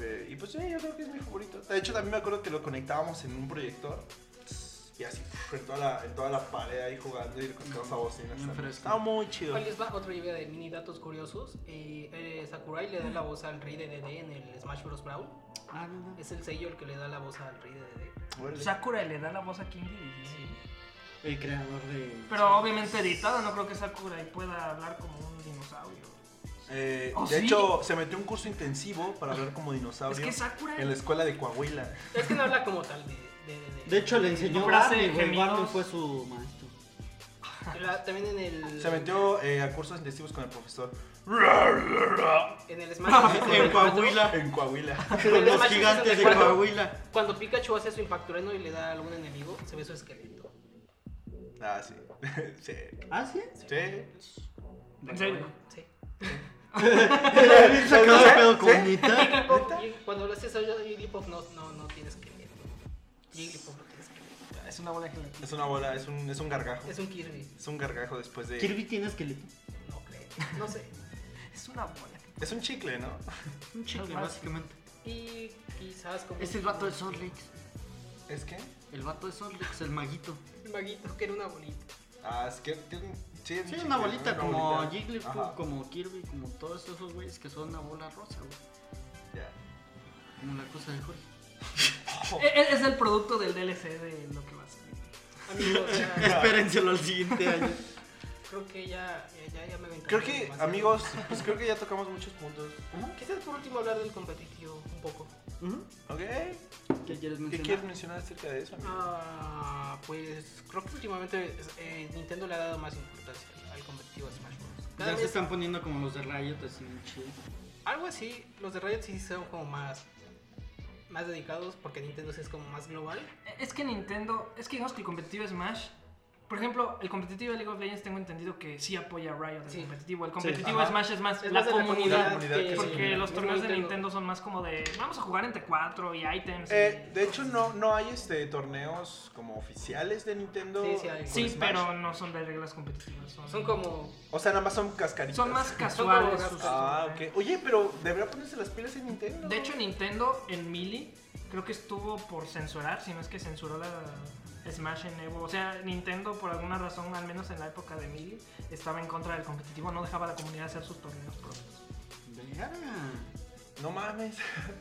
Eh, y pues sí, yo creo que es mi favorito. De hecho, también me acuerdo que lo conectábamos en un proyector. Y así, pf, en toda la, en toda la pared ahí jugando y le conectábamos a bocinas. Bien también. fresco. Estaba muy chido. ¿cuál es la otra idea de mini datos curiosos? Eh, eh, Sakurai le da la voz al rey de DD en el Smash Bros. Brawl. Ah, no, no. Es el sello el que le da la voz al rey de DD. Órale. Sakura le da la voz a King Dedede. El creador de. Pero obviamente editado, no creo que Sakura pueda hablar como un dinosaurio. Eh, ¿Oh, de sí? hecho, se metió un curso intensivo para hablar como Es dinosaurio que Sakura en la escuela de Coahuila. Es que no habla como tal de de- de- de- De hecho, le enseñó Pero hace Barney, güey. gemidos. Barney fue su maestro. Era también en el. Se metió eh, a cursos intensivos con el profesor En el Smash. En Coahuila. en Coahuila. Con los gigantes de Coahuila. Cuando Pikachu hace su impacto trueno y le da a algún enemigo, se ve su esqueleto. Ah, sí. sí. ¿Ah, sí? Sí. ¿En serio? Sí. ¿Habéis sacado ¿Sí? el pedo ¿Sí? con Nita? Jigglypuff, Jig- cuando lo haces a Jigglypuff no, no, no tienes que leer. Jigglypuff no tienes que leer. Es una bola de gelatina. Es una bola, es un, es un gargajo. Es un Kirby, Es un gargajo después de. Kirby tiene esqueleto. no creo, no sé. Es una bola. Es un chicle, ¿no? Un chicle, Algo así. básicamente. Y quizás como... Es el vato de Salt Lake. ¿Es que? El vato de Salt Lake es el maguito. El maguito, que era una bolita. Ah, es que. tiene un- Sí, es un Sí, chicle, una ¿no? bolita Una como bolita. Jigglypuff, Ajá, como Kirby, como todos esos güeyes que son una bola rosa, güey. ya. Como la cosa de Jorge. Oh. E- e- Es el producto del DLC de lo que va a salir. Amigos, ya, Espérenselo al siguiente año. creo que ya, ya, ya, ya me aventé. Creo que, Demasiado. amigos, pues creo que ya tocamos muchos puntos. Quizás por último hablar del competitivo un poco. ¿Ok? ¿Qué quieres ¿Qué mencionar? quieres mencionar acerca de eso, amigo? Ah, pues creo que últimamente eh, Nintendo le ha dado más importancia al- al competitivo de Smash Bros. Cada Ya se vez- están poniendo como los de Riot, así chido. Algo así, los de Riot sí son como más más dedicados porque Nintendo sí es como más global. E- Es que Nintendo, es que digamos que el competitivo Smash. Por ejemplo, el competitivo de League of Legends tengo entendido que sí apoya a Riot, el Sí. competitivo. El competitivo ajá. Smash es más Es la más de comunidad. comunidad que Porque sí. los Es torneos de Nintendo son más como de vamos a jugar entre cuatro y items. y- Eh, de hecho, no, no hay este torneos como oficiales de Nintendo. Sí, sí hay. con sí, Smash. pero no son de reglas competitivas. Son, Son como O sea, nada más son cascaritas. son más Son como casuales. las- sus- Ah, ok. Oye, pero deberá ponerse las pilas en Nintendo. De hecho, Nintendo en Melee creo que estuvo por censurar, si no es que censuró la Smash en Evo. O sea, Nintendo por alguna razón, al menos en la época de Melee, estaba en contra del competitivo, no dejaba a la comunidad hacer sus torneos propios. Verga. No mames.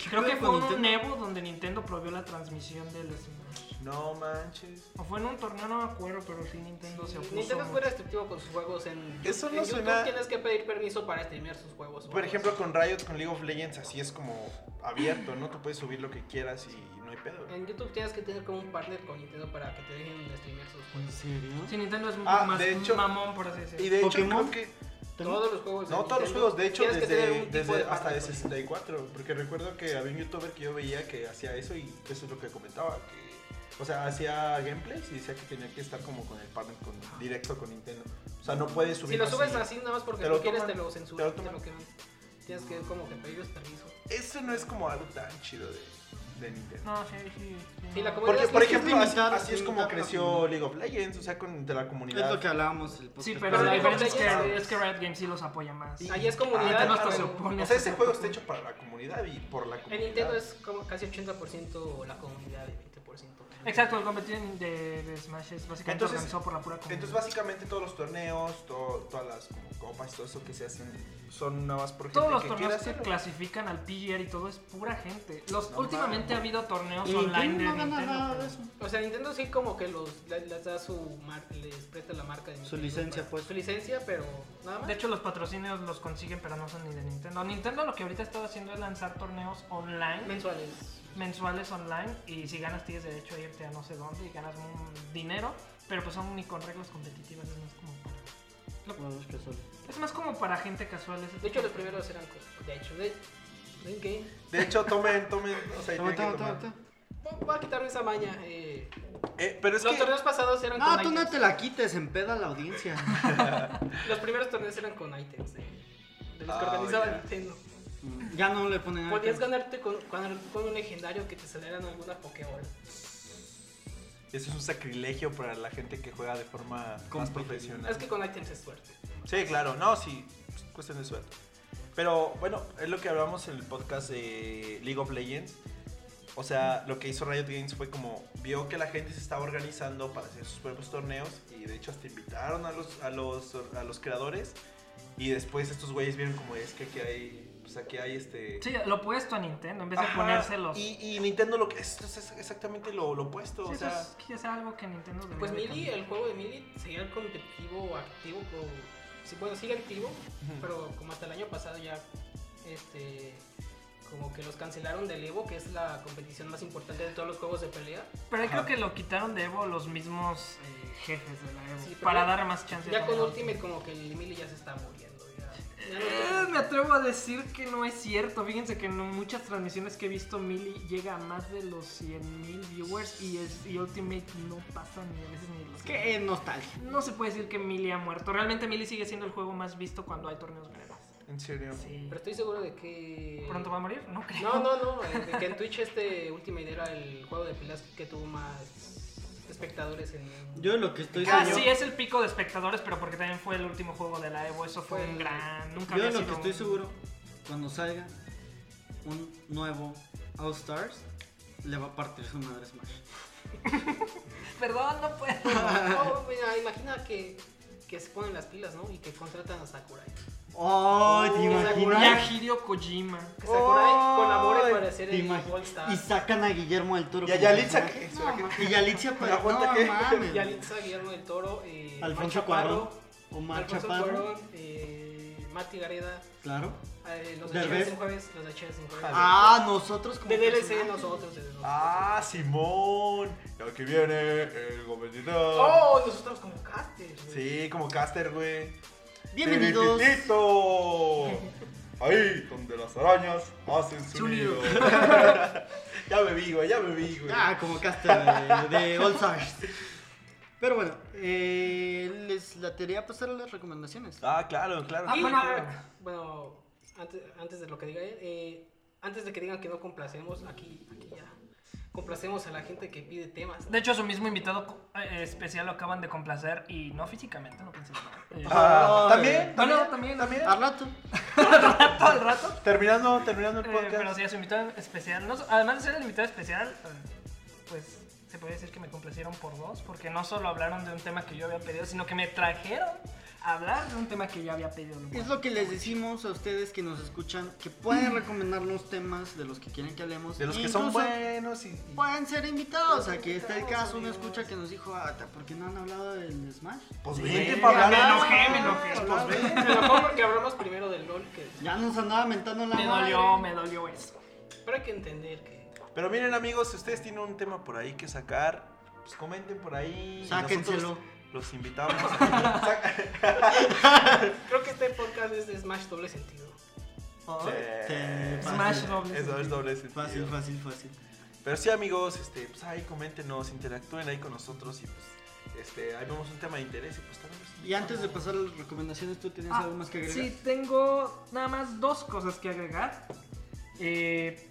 Creo que pedo fue con en un Nintendo? Evo donde Nintendo prohibió la transmisión del Smash. No manches. O fue en un torneo, no me acuerdo, pero sí Nintendo se opuso. Nintendo es muy mucho. restrictivo con sus juegos en, Eso en no YouTube suena- tienes que pedir permiso para streamear sus juegos. Por ejemplo, con Riot, con League of Legends, así es como abierto, ¿no? Tú puedes subir lo que quieras y no hay pedo. en YouTube tienes que tener como un partner con Nintendo para que te dejen streamear sus ¿En juegos. serio? Sí, Nintendo es un Ah, poco más de hecho- mamón, por así decirlo. Y de hecho, Pokémon. creo que. Todos los juegos de No, todos los Nintendo juegos, de hecho, tienes que tener un desde, tipo desde de hasta partner de con- 64. Porque recuerdo que había un youtuber que yo veía que hacía eso y eso es lo que comentaba. Que, o sea, hacía gameplays y decía que tenía que estar como con el partner con, directo con Nintendo. O sea, no puedes subir. Si lo así. subes así nada más porque Te tú lo quieres toman, te lo te censuran, lo te lo toman. queman. Tienes que como que pedirles permiso. Eso no es como algo tan chido de, de Nintendo. No, sí, sí. Sí, la comodidad no. Porque, es por la- es que ejemplo, así, limitar- así es como limitar la creció comunidad. League of Legends, o sea, con de la comunidad. Es lo que hablábamos el Sí, podcast pero Pero la la diferencia es diferencia que, es- es que Riot Games sí los apoya más. Ahí es Ah, comunidad. Nintendo hasta pero- se opone. O sea, ese juego está hecho para la comunidad y por la El comunidad. Nintendo es como casi 80% la comunidad y 20%. Exacto, el competición de, de Smash es básicamente Entonces- organizado por la pura comunidad. Entonces, básicamente, todos los torneos, to- todas las como copas y todo eso que se hacen son nada más por gente todos los que torneos que quiera hacerlo. clasifican al PGR y todo es pura gente. Los, No últimamente mames. ha habido torneos Y online de Nintendo no gana Nintendo, nada pero- de eso. O sea, Nintendo sí como que los, le- les da su mar- les presta la marca de Nintendo licencia, para- pues. Su licencia, pero nada más. De hecho, los patrocinios los consiguen, pero no son ni de Nintendo. Nintendo lo que ahorita está haciendo es lanzar torneos online, mensuales. mensuales online, y si ganas tienes derecho a irte a no sé dónde y ganas un dinero, pero pues son ni con reglas competitivas, es más como para... Es más como para gente casual. ese De hecho, tipo los primeros eran cos- De hecho, de, de game. De hecho, tomen, tomen. O sea, tienen que tomar. Voy- Voy a quitarme esa maña. eh. Eh, pero es los que. torneos pasados eran No, con tú no items. te la quites, empeda la audiencia. Los primeros torneos eran con items. De, de los que Ah, organizaba ya. Nintendo. ya no le Ah, ponen nada. Podías ganarte con, con, con un legendario que te salieran alguna Pokéball. Eso es un sacrilegio para la gente que juega de forma más Competitiva. profesional. Es que con items es fuerte. Sí, claro, no, sí, es cuestión de suerte. Pero bueno, es lo que hablamos en el podcast de League of Legends. O sea, lo que hizo Riot Games fue como vio que la gente se estaba organizando para hacer sus propios torneos y de hecho hasta invitaron a los, a los, a los creadores y después estos güeyes vieron como es que aquí hay, pues aquí hay este... Sí, lo opuesto a Nintendo, en vez de Ajá, ponérselos. Y, y Nintendo lo que es, es exactamente lo, lo opuesto. Sí, o eso sea, es, que es algo que Nintendo debería Pues de Mili, cambiar. el juego de Mili seguía competitivo activo, pero, sí, bueno, sigue activo, Mm. Ujú. pero como hasta el año pasado ya, este, como que los cancelaron del Evo, que es la competición más importante de todos los juegos de pelea. Pero ahí creo Ajá. que lo quitaron de Evo los mismos eh, jefes de la Evo. Sí, pero para ya- dar más chance. Ya a con todos. Ultimate como que el Mili ya se está muriendo, ya. ya no Eh, está- me atrevo a decir que no es cierto. Fíjense que en muchas transmisiones que he visto, Mili llega a más de los 100.000 viewers y, es, y Ultimate no pasa ni a veces ni los Qué nostalgia. No se puede decir que Mili ha muerto. Realmente Mili sigue siendo el juego más visto cuando hay torneos breves. en serio. Sí. Pero estoy seguro de que... ¿Pronto va a morir? No creo. No, no, no, eh, de que en Twitch este Ultimate era el juego de peleas que tuvo más espectadores en... Yo lo que estoy Ah, seguro. sí, es el pico de espectadores, pero porque también fue el último juego de la Evo. Eso fue Fue- un gran. Nunca Yo había lo sido que estoy un- seguro, cuando salga un nuevo All Stars, le va a partir su madre Smash. Perdón, no puedo. No, mira, imagina que, que se ponen las pilas, ¿no? Y que contratan a Sakurai. Oh, ¿te Y a imaginas? Hideo Kojima. Que Sakurai Oh, colabore para hacer ¿Te el imag- All-Star. Y sacan a Guillermo del Toro. Y a como Yalitza, personaje. que- será No, ma- Y Yalitza, pero no aguanta que- mames. Yalitza, Guillermo del Toro, eh, Omar Alfonso Chaparro, Cuarón. Omar Alfonso Chaparro. Cuarón, eh, Mati Gareda, Claro. eh, los Derbez. de en jueves, los de Chivas en jueves. Ah, nosotros como. de DLC personaje. nosotros, de nosotros. Ah, Simón. Y Aquí viene el competidor. Oh, nosotros como casters, güey. Sí, como caster, güey. Bienvenidos. Tititito. Ahí donde las arañas hacen su nido. ya me vi, güey, ya me vi, güey. Ah, como caster de, de All Stars. Pero bueno, eh, les la teoría pasar a las recomendaciones. Ah, claro, claro. Ah, Y- bueno, ah, bueno, antes, antes de lo que diga él, eh, antes de que digan que no complacemos, aquí, aquí ya, complacemos a la gente que pide temas. De hecho, a su mismo invitado co- eh, especial lo acaban de complacer y no físicamente, no pensé en nada. Eh, Ah, Ah, ¿también? bueno, también, Al rato. todo el rato. Terminando, Ah, terminando el Eh, podcast. pero sí, a su invitado especial. no so- además de ser el invitado especial, eh, pues se podría decir que me complacieron por dos, porque no solo hablaron de un tema que yo había pedido, sino que me trajeron a hablar de un tema que yo había pedido. lo cual- Es lo que les decimos a ustedes que nos escuchan, que pueden recomendarnos temas de los que quieren que hablemos. De los que Incluso son buenos y. Pueden ser invitados. Aquí está el invitados, caso, una amigos. escucha que nos dijo, ah, ¿por qué no han hablado del Smash? Pues Sí, vente ya para me hablar. enojé, me enojé. Pues ven. Me enojó porque hablamos primero del LOL, que, Ya nos andaba mentando la Me madre. dolió, me dolió eso. pero hay que entender que... Pero miren, amigos, si ustedes tienen un tema por ahí que sacar, pues comenten por ahí. Sáquenselo. Nosotros Los invitamos. Saca- Creo que este podcast es de Smash doble sentido. Oh, Sí. sí, fácil. Smash doble. Eso es doble Fácil, sentido. fácil, fácil. Pero sí, amigos, este, pues ahí coméntenos, interactúen ahí con nosotros y pues este, ahí vemos un tema de interés y pues también los Y invitamos. antes de pasar a las recomendaciones, ¿tú tenías Ah, algo más que agregar? Sí, tengo nada más dos cosas que agregar. Eh,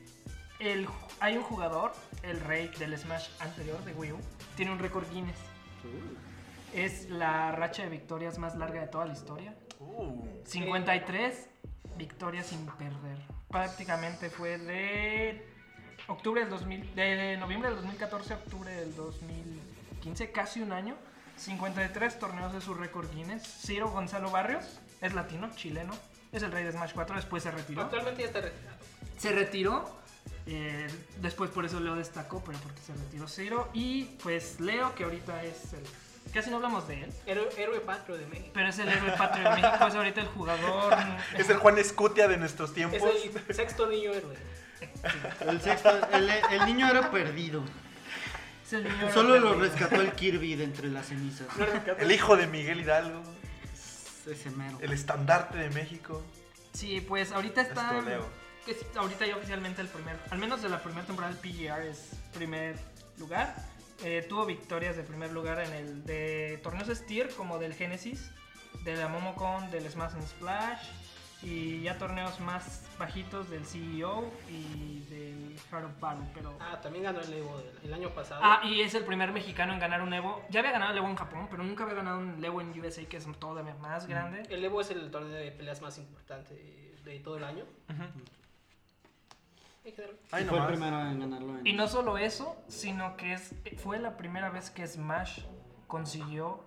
el ju- hay un jugador, el rey del Smash anterior de Wii U, tiene un récord Guinness. Uh. Es la racha de victorias más larga de toda la historia. Uh, 53 victorias sin perder. Prácticamente fue de octubre del 2000, de, de noviembre del 2014 a octubre del 2015, casi un año. 53 torneos de su récord Guinness. Ciro Gonzalo Barrios es latino, chileno. Es el rey de Smash 4, después se retiró. Actualmente ya está retirado. Se retiró. eh, después por eso Leo destacó, pero porque se retiró Ciro. Y pues Leo, que ahorita es el... Casi no hablamos de él. Héroe, héroe patrio de México. Pero es el héroe patrio de México, es ahorita el jugador. Es el Juan Escutia de nuestros tiempos. Es el sexto niño héroe. El sexto, el, el niño era perdido. es el niño Solo héroe lo patrio. rescató el Kirby de entre las cenizas. El hijo de Miguel Hidalgo. Ese mero. El estandarte de México. Sí, pues ahorita está. Esto leo. que es ahorita ya oficialmente el primer, al menos de la primera temporada del PGR es primer lugar. Eh, tuvo victorias de primer lugar en el de torneos Steer como del Genesis, de la Momocon, del Smash and Splash y ya torneos más bajitos del CEO y del Heart of Battle, pero Ah, también ganó el Evo del- el año pasado. Ah, y es el primer mexicano en ganar un Evo. Ya había ganado el Evo en Japón, pero nunca había ganado un Evo en USA, que es todavía más grande. El Evo es el torneo de peleas más importante de, de todo el año. Hay que dar- Ay, Y no fue el más. primero en ganarlo. En... Y no solo eso, sino que es, fue la primera vez que Smash consiguió,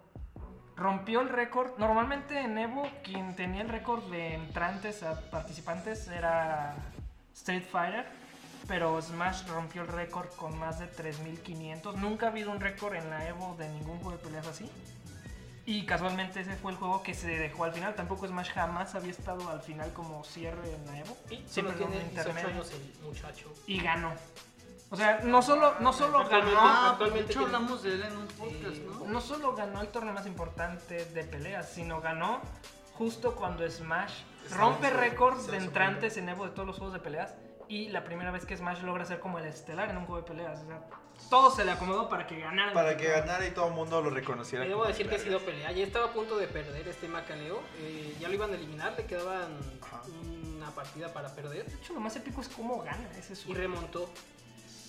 rompió el récord. Normalmente en Evo quien tenía el récord de entrantes a participantes era Street Fighter, pero Smash rompió el récord con más de 3.500. Nunca ha habido un récord en la Evo de ningún juego de peleas así. Y casualmente ese fue el juego que se dejó al final. Tampoco Smash jamás había estado al final como cierre en la Evo. Y solo Siempre fue un tiene 18 intermedio años el muchacho. y ganó. O sea, no solo, no solo ganó. Ah, pues, de Actualmente hecho tiene- hablamos de él en un podcast, ¿no? No solo ganó el torneo más importante de peleas, sino ganó justo cuando Smash rompe récords de entrantes en Evo de todos los juegos de peleas y la primera vez que Smash logra ser como el estelar en un juego de peleas. O sea, todo se le acomodó para que ganara. Para que ganara y todo el mundo lo reconociera. Le debo como decir que ha verga. sido pelea. Ya estaba a punto de perder este Macaleo. eh, ya lo iban a eliminar, le quedaban Ajá. una partida para perder. De hecho, lo más épico es cómo gana ese es su- Y remontó.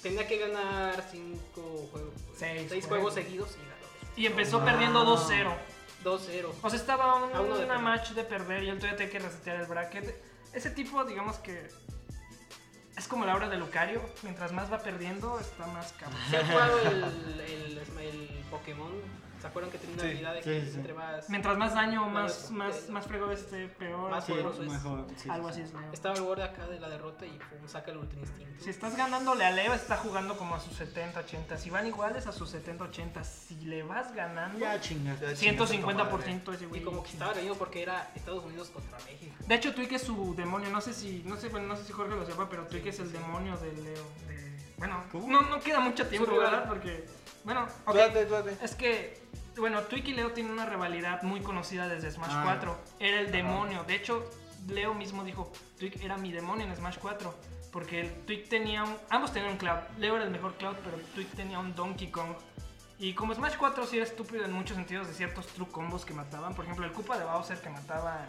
Tenía que ganar 5 juegos. Seis 6 juegos. juegos seguidos y ganó. Y empezó perdiendo 2-0. 2-0. O sea, estaba a un- A uno de una perder. match de perder y él todavía tenía que resetear el bracket. Ese tipo, digamos que. Es como la obra de Lucario. Mientras más va perdiendo, está más cabrón. Se ha jugado el, el, el Pokémon. ¿Se acuerdan que tiene una Sí, habilidad de sí, que sí, sí. entre más. Mientras más daño, más, eso, más, eso. más fregado este, peor. Más Sí, poderoso es. mejor. sí, algo sí, así sí. es Leo. Estaba al borde acá de la derrota y pum, saca el último instinto. Si estás ganándole a Leo, está jugando como a sus 70, 80. Si van iguales a sus 70, 80. Si le vas ganando, Ya chingaste. Ya chingas a tu madre. 150% ese y güey. como que estaba reñido porque era Estados Unidos contra México. De hecho, Twig es su demonio. No sé si, no sé, bueno, no sé si Jorge lo sepa, pero Twig es el demonio de Leo. de- Bueno, no, no queda mucho tiempo, rival. ¿verdad? Porque, bueno, ok. Espérate, espérate. Es que, bueno, Twig y Leo tienen una rivalidad muy conocida desde Smash Ah. 4. Era el demonio. De hecho, Leo mismo dijo, Twig era mi demonio en Smash 4. Porque el Twig tenía un... Ambos tenían un Cloud. Leo era el mejor Cloud, pero Twig tenía un Donkey Kong. Y como Smash 4 sí era estúpido en muchos sentidos de ciertos true combos que mataban. Por ejemplo, el Koopa de Bowser que mataba...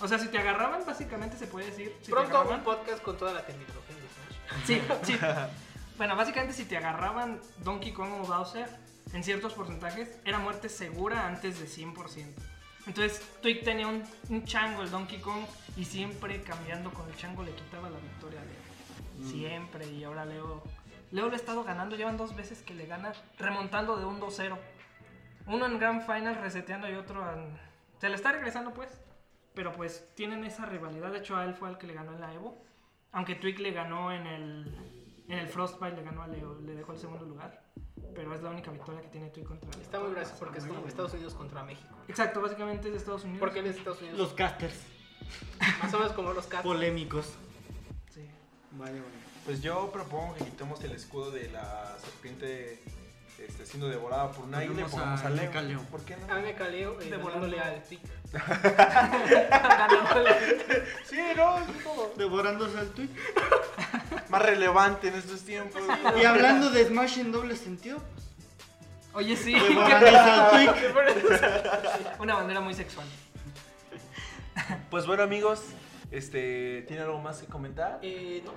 O sea, si te agarraban, básicamente se puede decir... Si te Pronto agarraban- un podcast con toda la terminología de Smash. Sí, sí. Bueno, básicamente si te agarraban Donkey Kong o Bowser en ciertos porcentajes, era muerte segura antes de 100%. Entonces, Twig tenía un, un chango, el Donkey Kong, y siempre cambiando con el chango le quitaba la victoria a Mm. Leo. Siempre, y ahora Leo... Leo lo ha estado ganando, llevan dos veces que le gana, remontando de un 2-0. Uno en Grand Final reseteando y otro en... Se le está regresando pues. Pero pues tienen esa rivalidad. De hecho, a él fue el que le ganó en la Evo. Aunque Twig le ganó en el, en el Frostbite, le ganó a Leo, le dejó el segundo lugar. Pero es la única victoria que tiene Twig contra Leo. Está muy gracioso porque es como Estados Unidos contra México. Exacto, básicamente es de Estados Unidos. Porque él es de Estados Unidos. Los casters Más o menos como los Cats. polémicos. Sí. Vaya, vaya. Pues yo propongo que quitemos el escudo de la serpiente este, siendo devorada por una águila y Ponemos pongamos a a Leo. Meca Leo. ¿Por qué no? A mí me caleo eh, Devorando. devorándole al tic. Ganándole. Sí, no, es como Devorándose al tweet. más relevante en estos tiempos. Y hablando de Smash en doble sentido, Oye, sí. devorándose al tweet. Una bandera muy sexual. Pues bueno, amigos, este, ¿tiene algo más que comentar? Eh, no.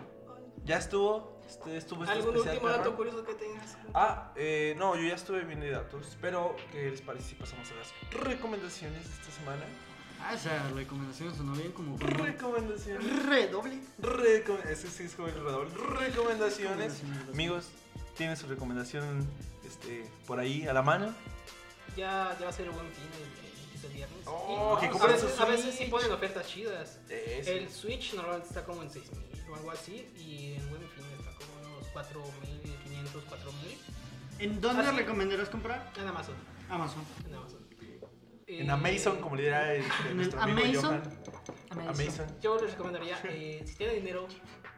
Ya estuvo. Este, estuvo este ¿Algún especial, último perro. dato curioso que tengas? Ah, eh, no, yo ya estuve bien de datos. Espero que les parezca si pasamos a las recomendaciones de esta semana. Ah, esa recomendación sonó bien como. Recomendaciones. Redoble. Recom ese sí es como el redoble. Recomendaciones. Recomendaciones. Amigos, ¿tienen su recomendación este, por ahí a la mano? Ya, ya va a ser buen fin el, el, el viernes. Oh, Y que a compren veces- su a veces sí Switch. ponen ofertas chidas. Eh, sí. El Switch normalmente está como en 6.000 o algo así. Y en buen fin está como en unos 4.500, 4.000. ¿En dónde Así. recomendarás comprar? En Amazon. Amazon. En Amazon. En Eh, Amazon, como le dirá el- el nuestro amigo Amazon. Johan. Amazing. Amazon. Yo les recomendaría, eh, si tienen dinero,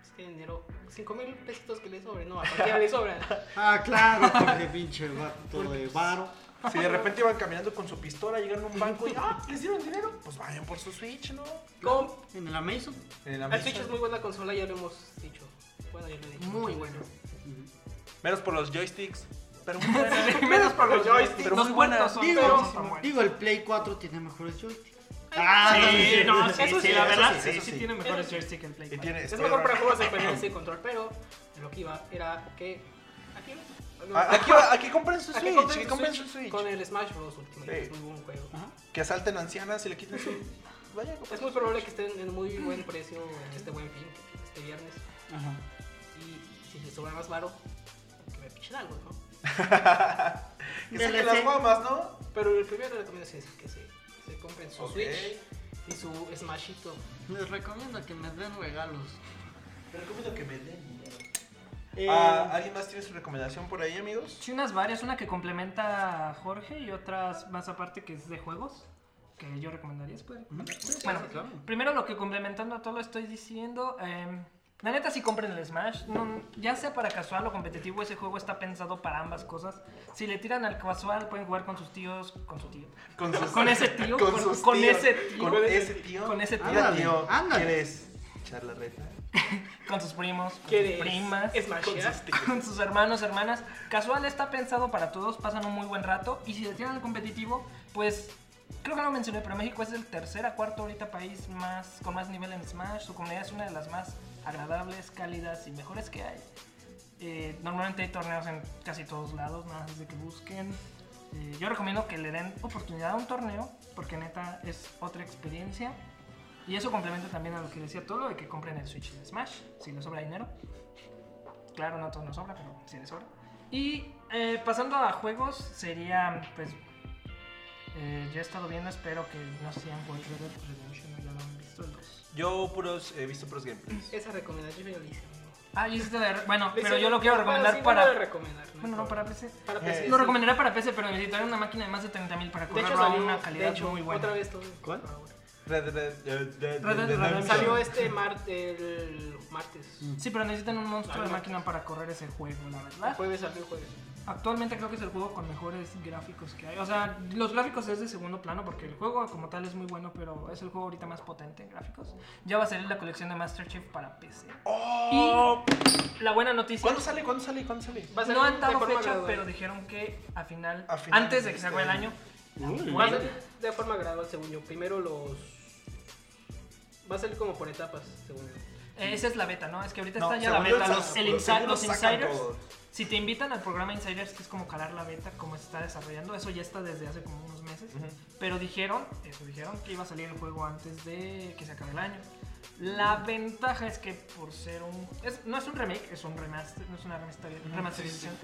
si tienen dinero, 5 mil pesitos que les sobre, no, a cualquiera le sobra. Ah, claro, porque pinche vato de varo. Si de repente van caminando con su pistola, llegan a un banco y ¡ah! ¿Les dieron dinero? Pues vayan por su Switch, ¿no? Com- En el Amazon. En El Switch es muy buena consola, ya lo hemos dicho. Bueno, ya lo he dicho. Muy muchas bueno. veces. Menos por los joysticks. Pero muy buena. Menos por los joysticks. Pero Los muy puertos buena. son Digo, pero son buenos. digo, el Play 4 tiene mejores Ah, joysticks. Sí, no, sí, Eso sí, sí, la eso verdad, sí, sí, eso sí sí. tiene mejores Eso sí. joystick en Play. Y cuatro. tiene Es este mejor para error. juegos de FPS y control, pero lo que iba era que. Aquí. no, A- Aquí, va- aquí compren Ah, su aquí Switch. compren Aquí su compren su Switch Switch. Con el Smash Bros. Ultimate, Sí. es muy buen juego. Ajá. Que asalten ancianas y le quiten su. Vaya, Es muy probable que estén en muy buen precio en este buen fin, este viernes. Ajá. Y si les sobra más varo, que me pichen algo, ¿no? que saquen DLC. las guamas, ¿no? Pero el primero recomendación es que se, se compren su Ok. Switch y su Smashito. Les recomiendo que me den regalos. Te recomiendo que me den. Eh, Ah, ¿Alguien más tiene su recomendación por ahí, amigos? Sí, unas varias, una que complementa a Jorge y otras más aparte que es de juegos, que yo recomendaría después. Bueno, primero lo que complementando a todo lo estoy diciendo, eh, la neta si compren el Smash, no- ya sea para casual o competitivo, ese juego está pensado para ambas cosas. Si le tiran al casual pueden jugar con sus tíos, con su tío, Con, sus- con ese tío, con, con- sus con tíos. ese tío. Con ese tío. Con ese tío. Mira, Ándale, tío. ándale. ¿Quieres echar la reta? con sus primos, con sus ¿Quieres primas. Smashear? con sus hermanos, hermanas. Casual está pensado para todos, pasan un muy buen rato. Y si le tiran al competitivo, pues creo que no lo mencioné, pero México es el tercer a cuarto ahorita país más con más nivel en Smash. Su comunidad es una de las más agradables, cálidas y mejores que hay. Eh, normalmente hay torneos en casi todos lados, nada más es de que busquen. Eh, yo recomiendo que le den oportunidad a un torneo, porque neta es otra experiencia. Y eso complementa también a lo que decía todo, de que compren el Switch de Smash, si les sobra dinero. Claro, no a todos nos sobra, pero sí les sobra. Y eh, pasando a juegos, sería, pues, eh, yo he estado viendo, espero que no sean World Red Dead Redemption, ya lo han visto los Yo puros, he visto puros gameplays. Esa recomendación yo ya la hice. amigo. Ah, yo sí te la- Bueno, pero Dice- yo lo quiero bueno, recomendar sí, para... No lo voy a recomendar, no hay bueno, no, para problema. PC. Para Eh, PC. Lo sí. recomendaré para PC, pero necesitaré una máquina de más de 30.000 para De hecho, correrlo a salió una calidad de hecho, muy buena. Otra vez todo. ¿Cuál? Red Dead Red Dead Red Dead Redemption. Salió este mar- el martes. Sí, pero necesitan un monstruo Claro. de máquina para correr ese juego, la El verdad. jueves salió el jueves. Actualmente creo que es el juego con mejores gráficos que hay. O sea, los gráficos es de segundo plano porque el juego como tal es muy bueno, pero es el juego ahorita más potente en gráficos. Ya va a salir la colección de Master Chief para PC. Oh, La buena noticia... ¿Cuándo sale? ¿Cuándo sale? ¿Cuándo sale? Va a salir No han de dado forma fecha, gradual. pero dijeron que a final, eh. A final antes de de que se este acabe el año, año. Va a salir de forma gradual, según yo. Primero los. Va a salir como por etapas, según yo. Eh, Esa es la beta, ¿no? Es que ahorita No, está ya la según yo beta. sa- Los, el según insi- yo los sacan insiders, todo. si te invitan al programa Insiders, que es como calar la beta, como se está desarrollando, eso ya está desde hace como unos meses. Ujú. Pero dijeron, eso dijeron, que iba a salir el juego antes de que se acabe el año. La ventaja es que por ser un... es- no es un remake, es un remaster, no es una remaster- remasterización.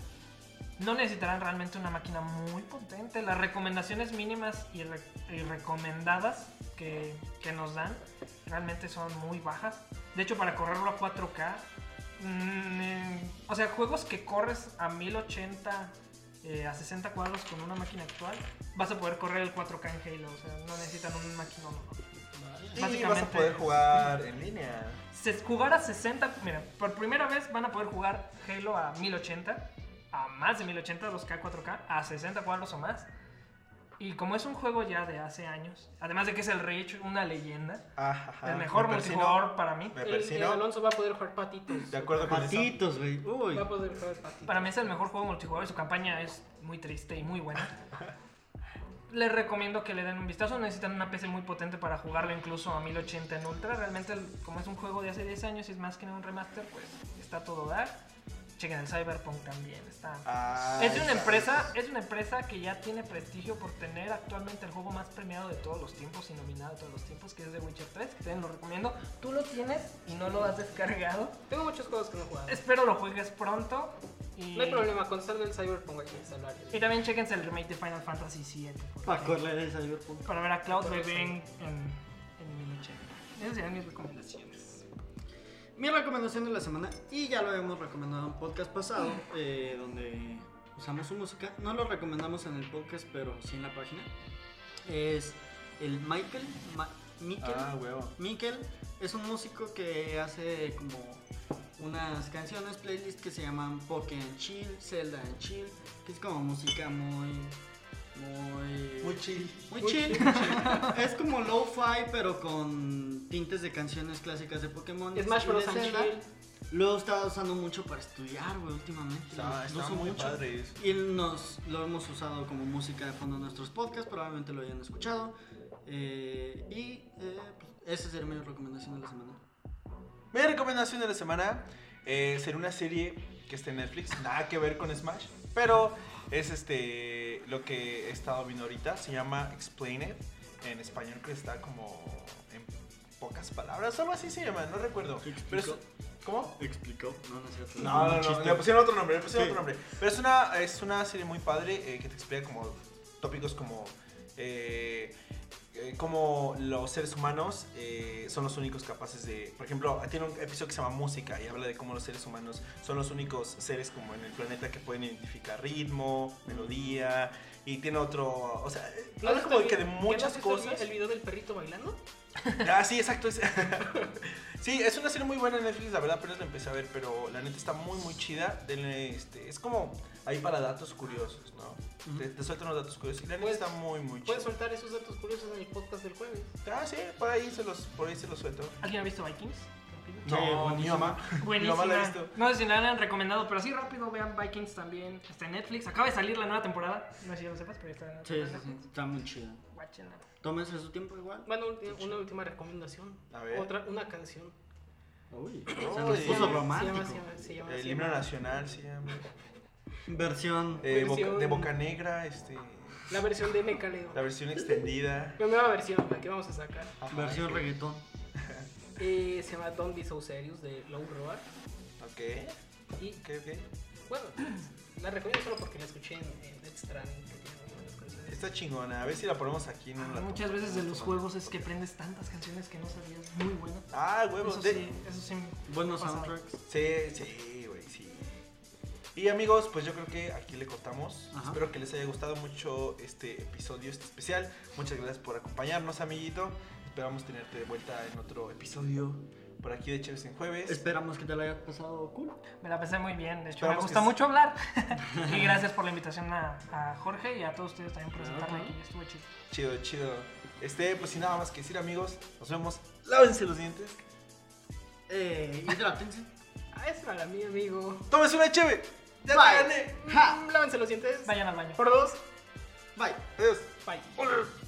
No necesitarán realmente una máquina muy potente. Las recomendaciones mínimas y, re- y recomendadas que, que nos dan realmente son muy bajas. De hecho, para correrlo a 4K, mm, eh, o sea, juegos que corres a 1080 eh, a 60 cuadros con una máquina actual, vas a poder correr el 4K en Halo. O sea, no necesitan un máquina. Y vas a poder jugar en línea. Se- jugar a 60, mira, por primera vez van a poder jugar Halo a 1080, a más de 1080, 2K, 4K, a 60 cuadros o más. Y como es un juego ya de hace años, además de que es el Reach, una leyenda, Ajá, ajá. el mejor Me persino- multijugador para mí. Me El, el persino. Alonso va a poder jugar patitos. De acuerdo con eso. Patitos, güey. Uy. Va a poder jugar patitos. Para mí es el mejor juego multijugador y su campaña es muy triste y muy buena. Les recomiendo que le den un vistazo. Necesitan una PC muy potente para jugarlo incluso a 1080 en ultra. Realmente, el- como es un juego de hace 10 años y es más que nada un remaster, pues está a todo dar. Chequen el Cyberpunk también. Está. Ah, es de una está. empresa, es de una empresa que ya tiene prestigio por tener actualmente el juego más premiado de todos los tiempos y nominado de todos los tiempos, que es The Witcher 3, que también lo recomiendo. Tú lo tienes y no lo has descargado. Tengo muchos juegos que no he jugado. Espero lo juegues pronto. Y, No hay problema, con salga el Cyberpunk hay que instalar. Y también chequense el remake de Final Fantasy VII. por Para ejemplo, correr el Cyberpunk. para ver a Cloud Bebé en, en, en Minicheck. Esas serían mis recomendaciones. Mi recomendación de la semana, y ya lo habíamos recomendado en podcast pasado, eh, donde usamos su música. No lo recomendamos en el podcast, pero sí en la página. Es el Michael. Ma- Mikel. Ah, huevo. Mikel es un músico que hace como unas canciones, playlists que se llaman Poké and Chill, Zelda and Chill, que es como música muy. Muy. Muy chill. Muy chill. es como lo-fi, pero con tintes de canciones clásicas de Pokémon. Smash Y de Bros. and Zelda. Shield. Lo he estado usando mucho para estudiar, güey, últimamente. Lo- Está, lo está uso muy mucho. padre eso. Y nos, lo hemos usado como música de fondo en nuestros podcasts, probablemente lo hayan escuchado. Eh, y eh, pues, esa sería mi recomendación de la semana. Mi recomendación de la semana eh, será una serie que está en Netflix, nada que ver con Smash, pero es este lo que he estado viendo ahorita, se llama Explain It, en español que está como en pocas palabras, algo así se llama, no recuerdo. Pero es- ¿Cómo? ¿Explicó? No, no es cierto. No, no, no, le pusieron otro nombre, le pusieron Sí. otro nombre. Pero es una, es una serie muy padre eh, que te explica como tópicos como... eh, eh, cómo los seres humanos eh, son los únicos capaces de... Por ejemplo, tiene un episodio que se llama Música y habla de cómo los seres humanos son los únicos seres como en el planeta que pueden identificar ritmo, melodía y tiene otro... O sea, eh, habla como que de ¿Ya no has muchas visto el vi- cosas. El video del perrito bailando. Ah, sí, exacto. es- sí, es una serie muy buena en Netflix, la verdad, apenas la empecé a ver, pero la neta está muy, muy chida. Denle, este, es como ahí para datos curiosos, ¿no? Ujú. te, te sueltan los datos curiosos y la neta Pues, Puedes- está muy, muy chida. Puedes soltar esos datos curiosos en el podcast del jueves. Ah, sí, por ahí se los, por ahí se los suelto. ¿Alguien ha visto Vikings? No, mi mamá. Buenísima. Mi mamá la ha visto. No sé si la han recomendado, pero así rápido vean Vikings también. Está en Netflix. Acaba de salir la nueva temporada. No sé si ya lo sepas, pero está en Sí, sí, sí, Netflix. está muy chida. Guáchenla. Tómense su tiempo igual. Bueno, ulti- una última recomendación. A ver. Otra, una canción. Uy, Uy. se nos Se puso llama- romántico. Se llama, se llama, se El llama- himno nacional, sí. llama. Versión. Eh, Versión- Boca- de Boca Negra, este, La versión de Mecaleo. la versión extendida. La nueva versión, la que vamos a sacar. Ajá, Versión ok. reggaetón. Eh, se llama Don't Be So Serious de Low Roar. Ok, Y ok, ok. bueno, la recomiendo solo porque la escuché en, en Death Stranding, que tiene muy buenas canciones. Está chingona, a ver si la ponemos aquí en un rato. Ah, Muchas veces de los juegos es que aprendes tantas canciones que no sabías. Muy buena. Ah, huevos. Eso de- sí, eso sí. Buenos Pasado. soundtracks. Sí, sí, güey, sí. Y amigos, pues yo creo que aquí le cortamos. Ajá. Espero que les haya gustado mucho este episodio, este especial. Muchas gracias por acompañarnos, amiguito. Esperamos tenerte de vuelta en otro episodio por aquí de Cheves en Jueves. Esperamos que te lo hayas pasado cool. Me la pasé muy bien. De hecho, me Esperamos gusta que- mucho hablar. y gracias por la invitación a, a Jorge y a todos ustedes también por Claro, aceptarme claro. aquí. Estuvo chido. Chido, chido. Este, pues sin nada más que decir, amigos, nos vemos. Lávense los dientes. Eh, hidrátense. Ah, es para mí, amigo. Tómense una cheve. Ya te Bye. gané. Ja. Mm, Lávense los dientes. Vayan al baño. Por dos. Bye. Adiós. Bye.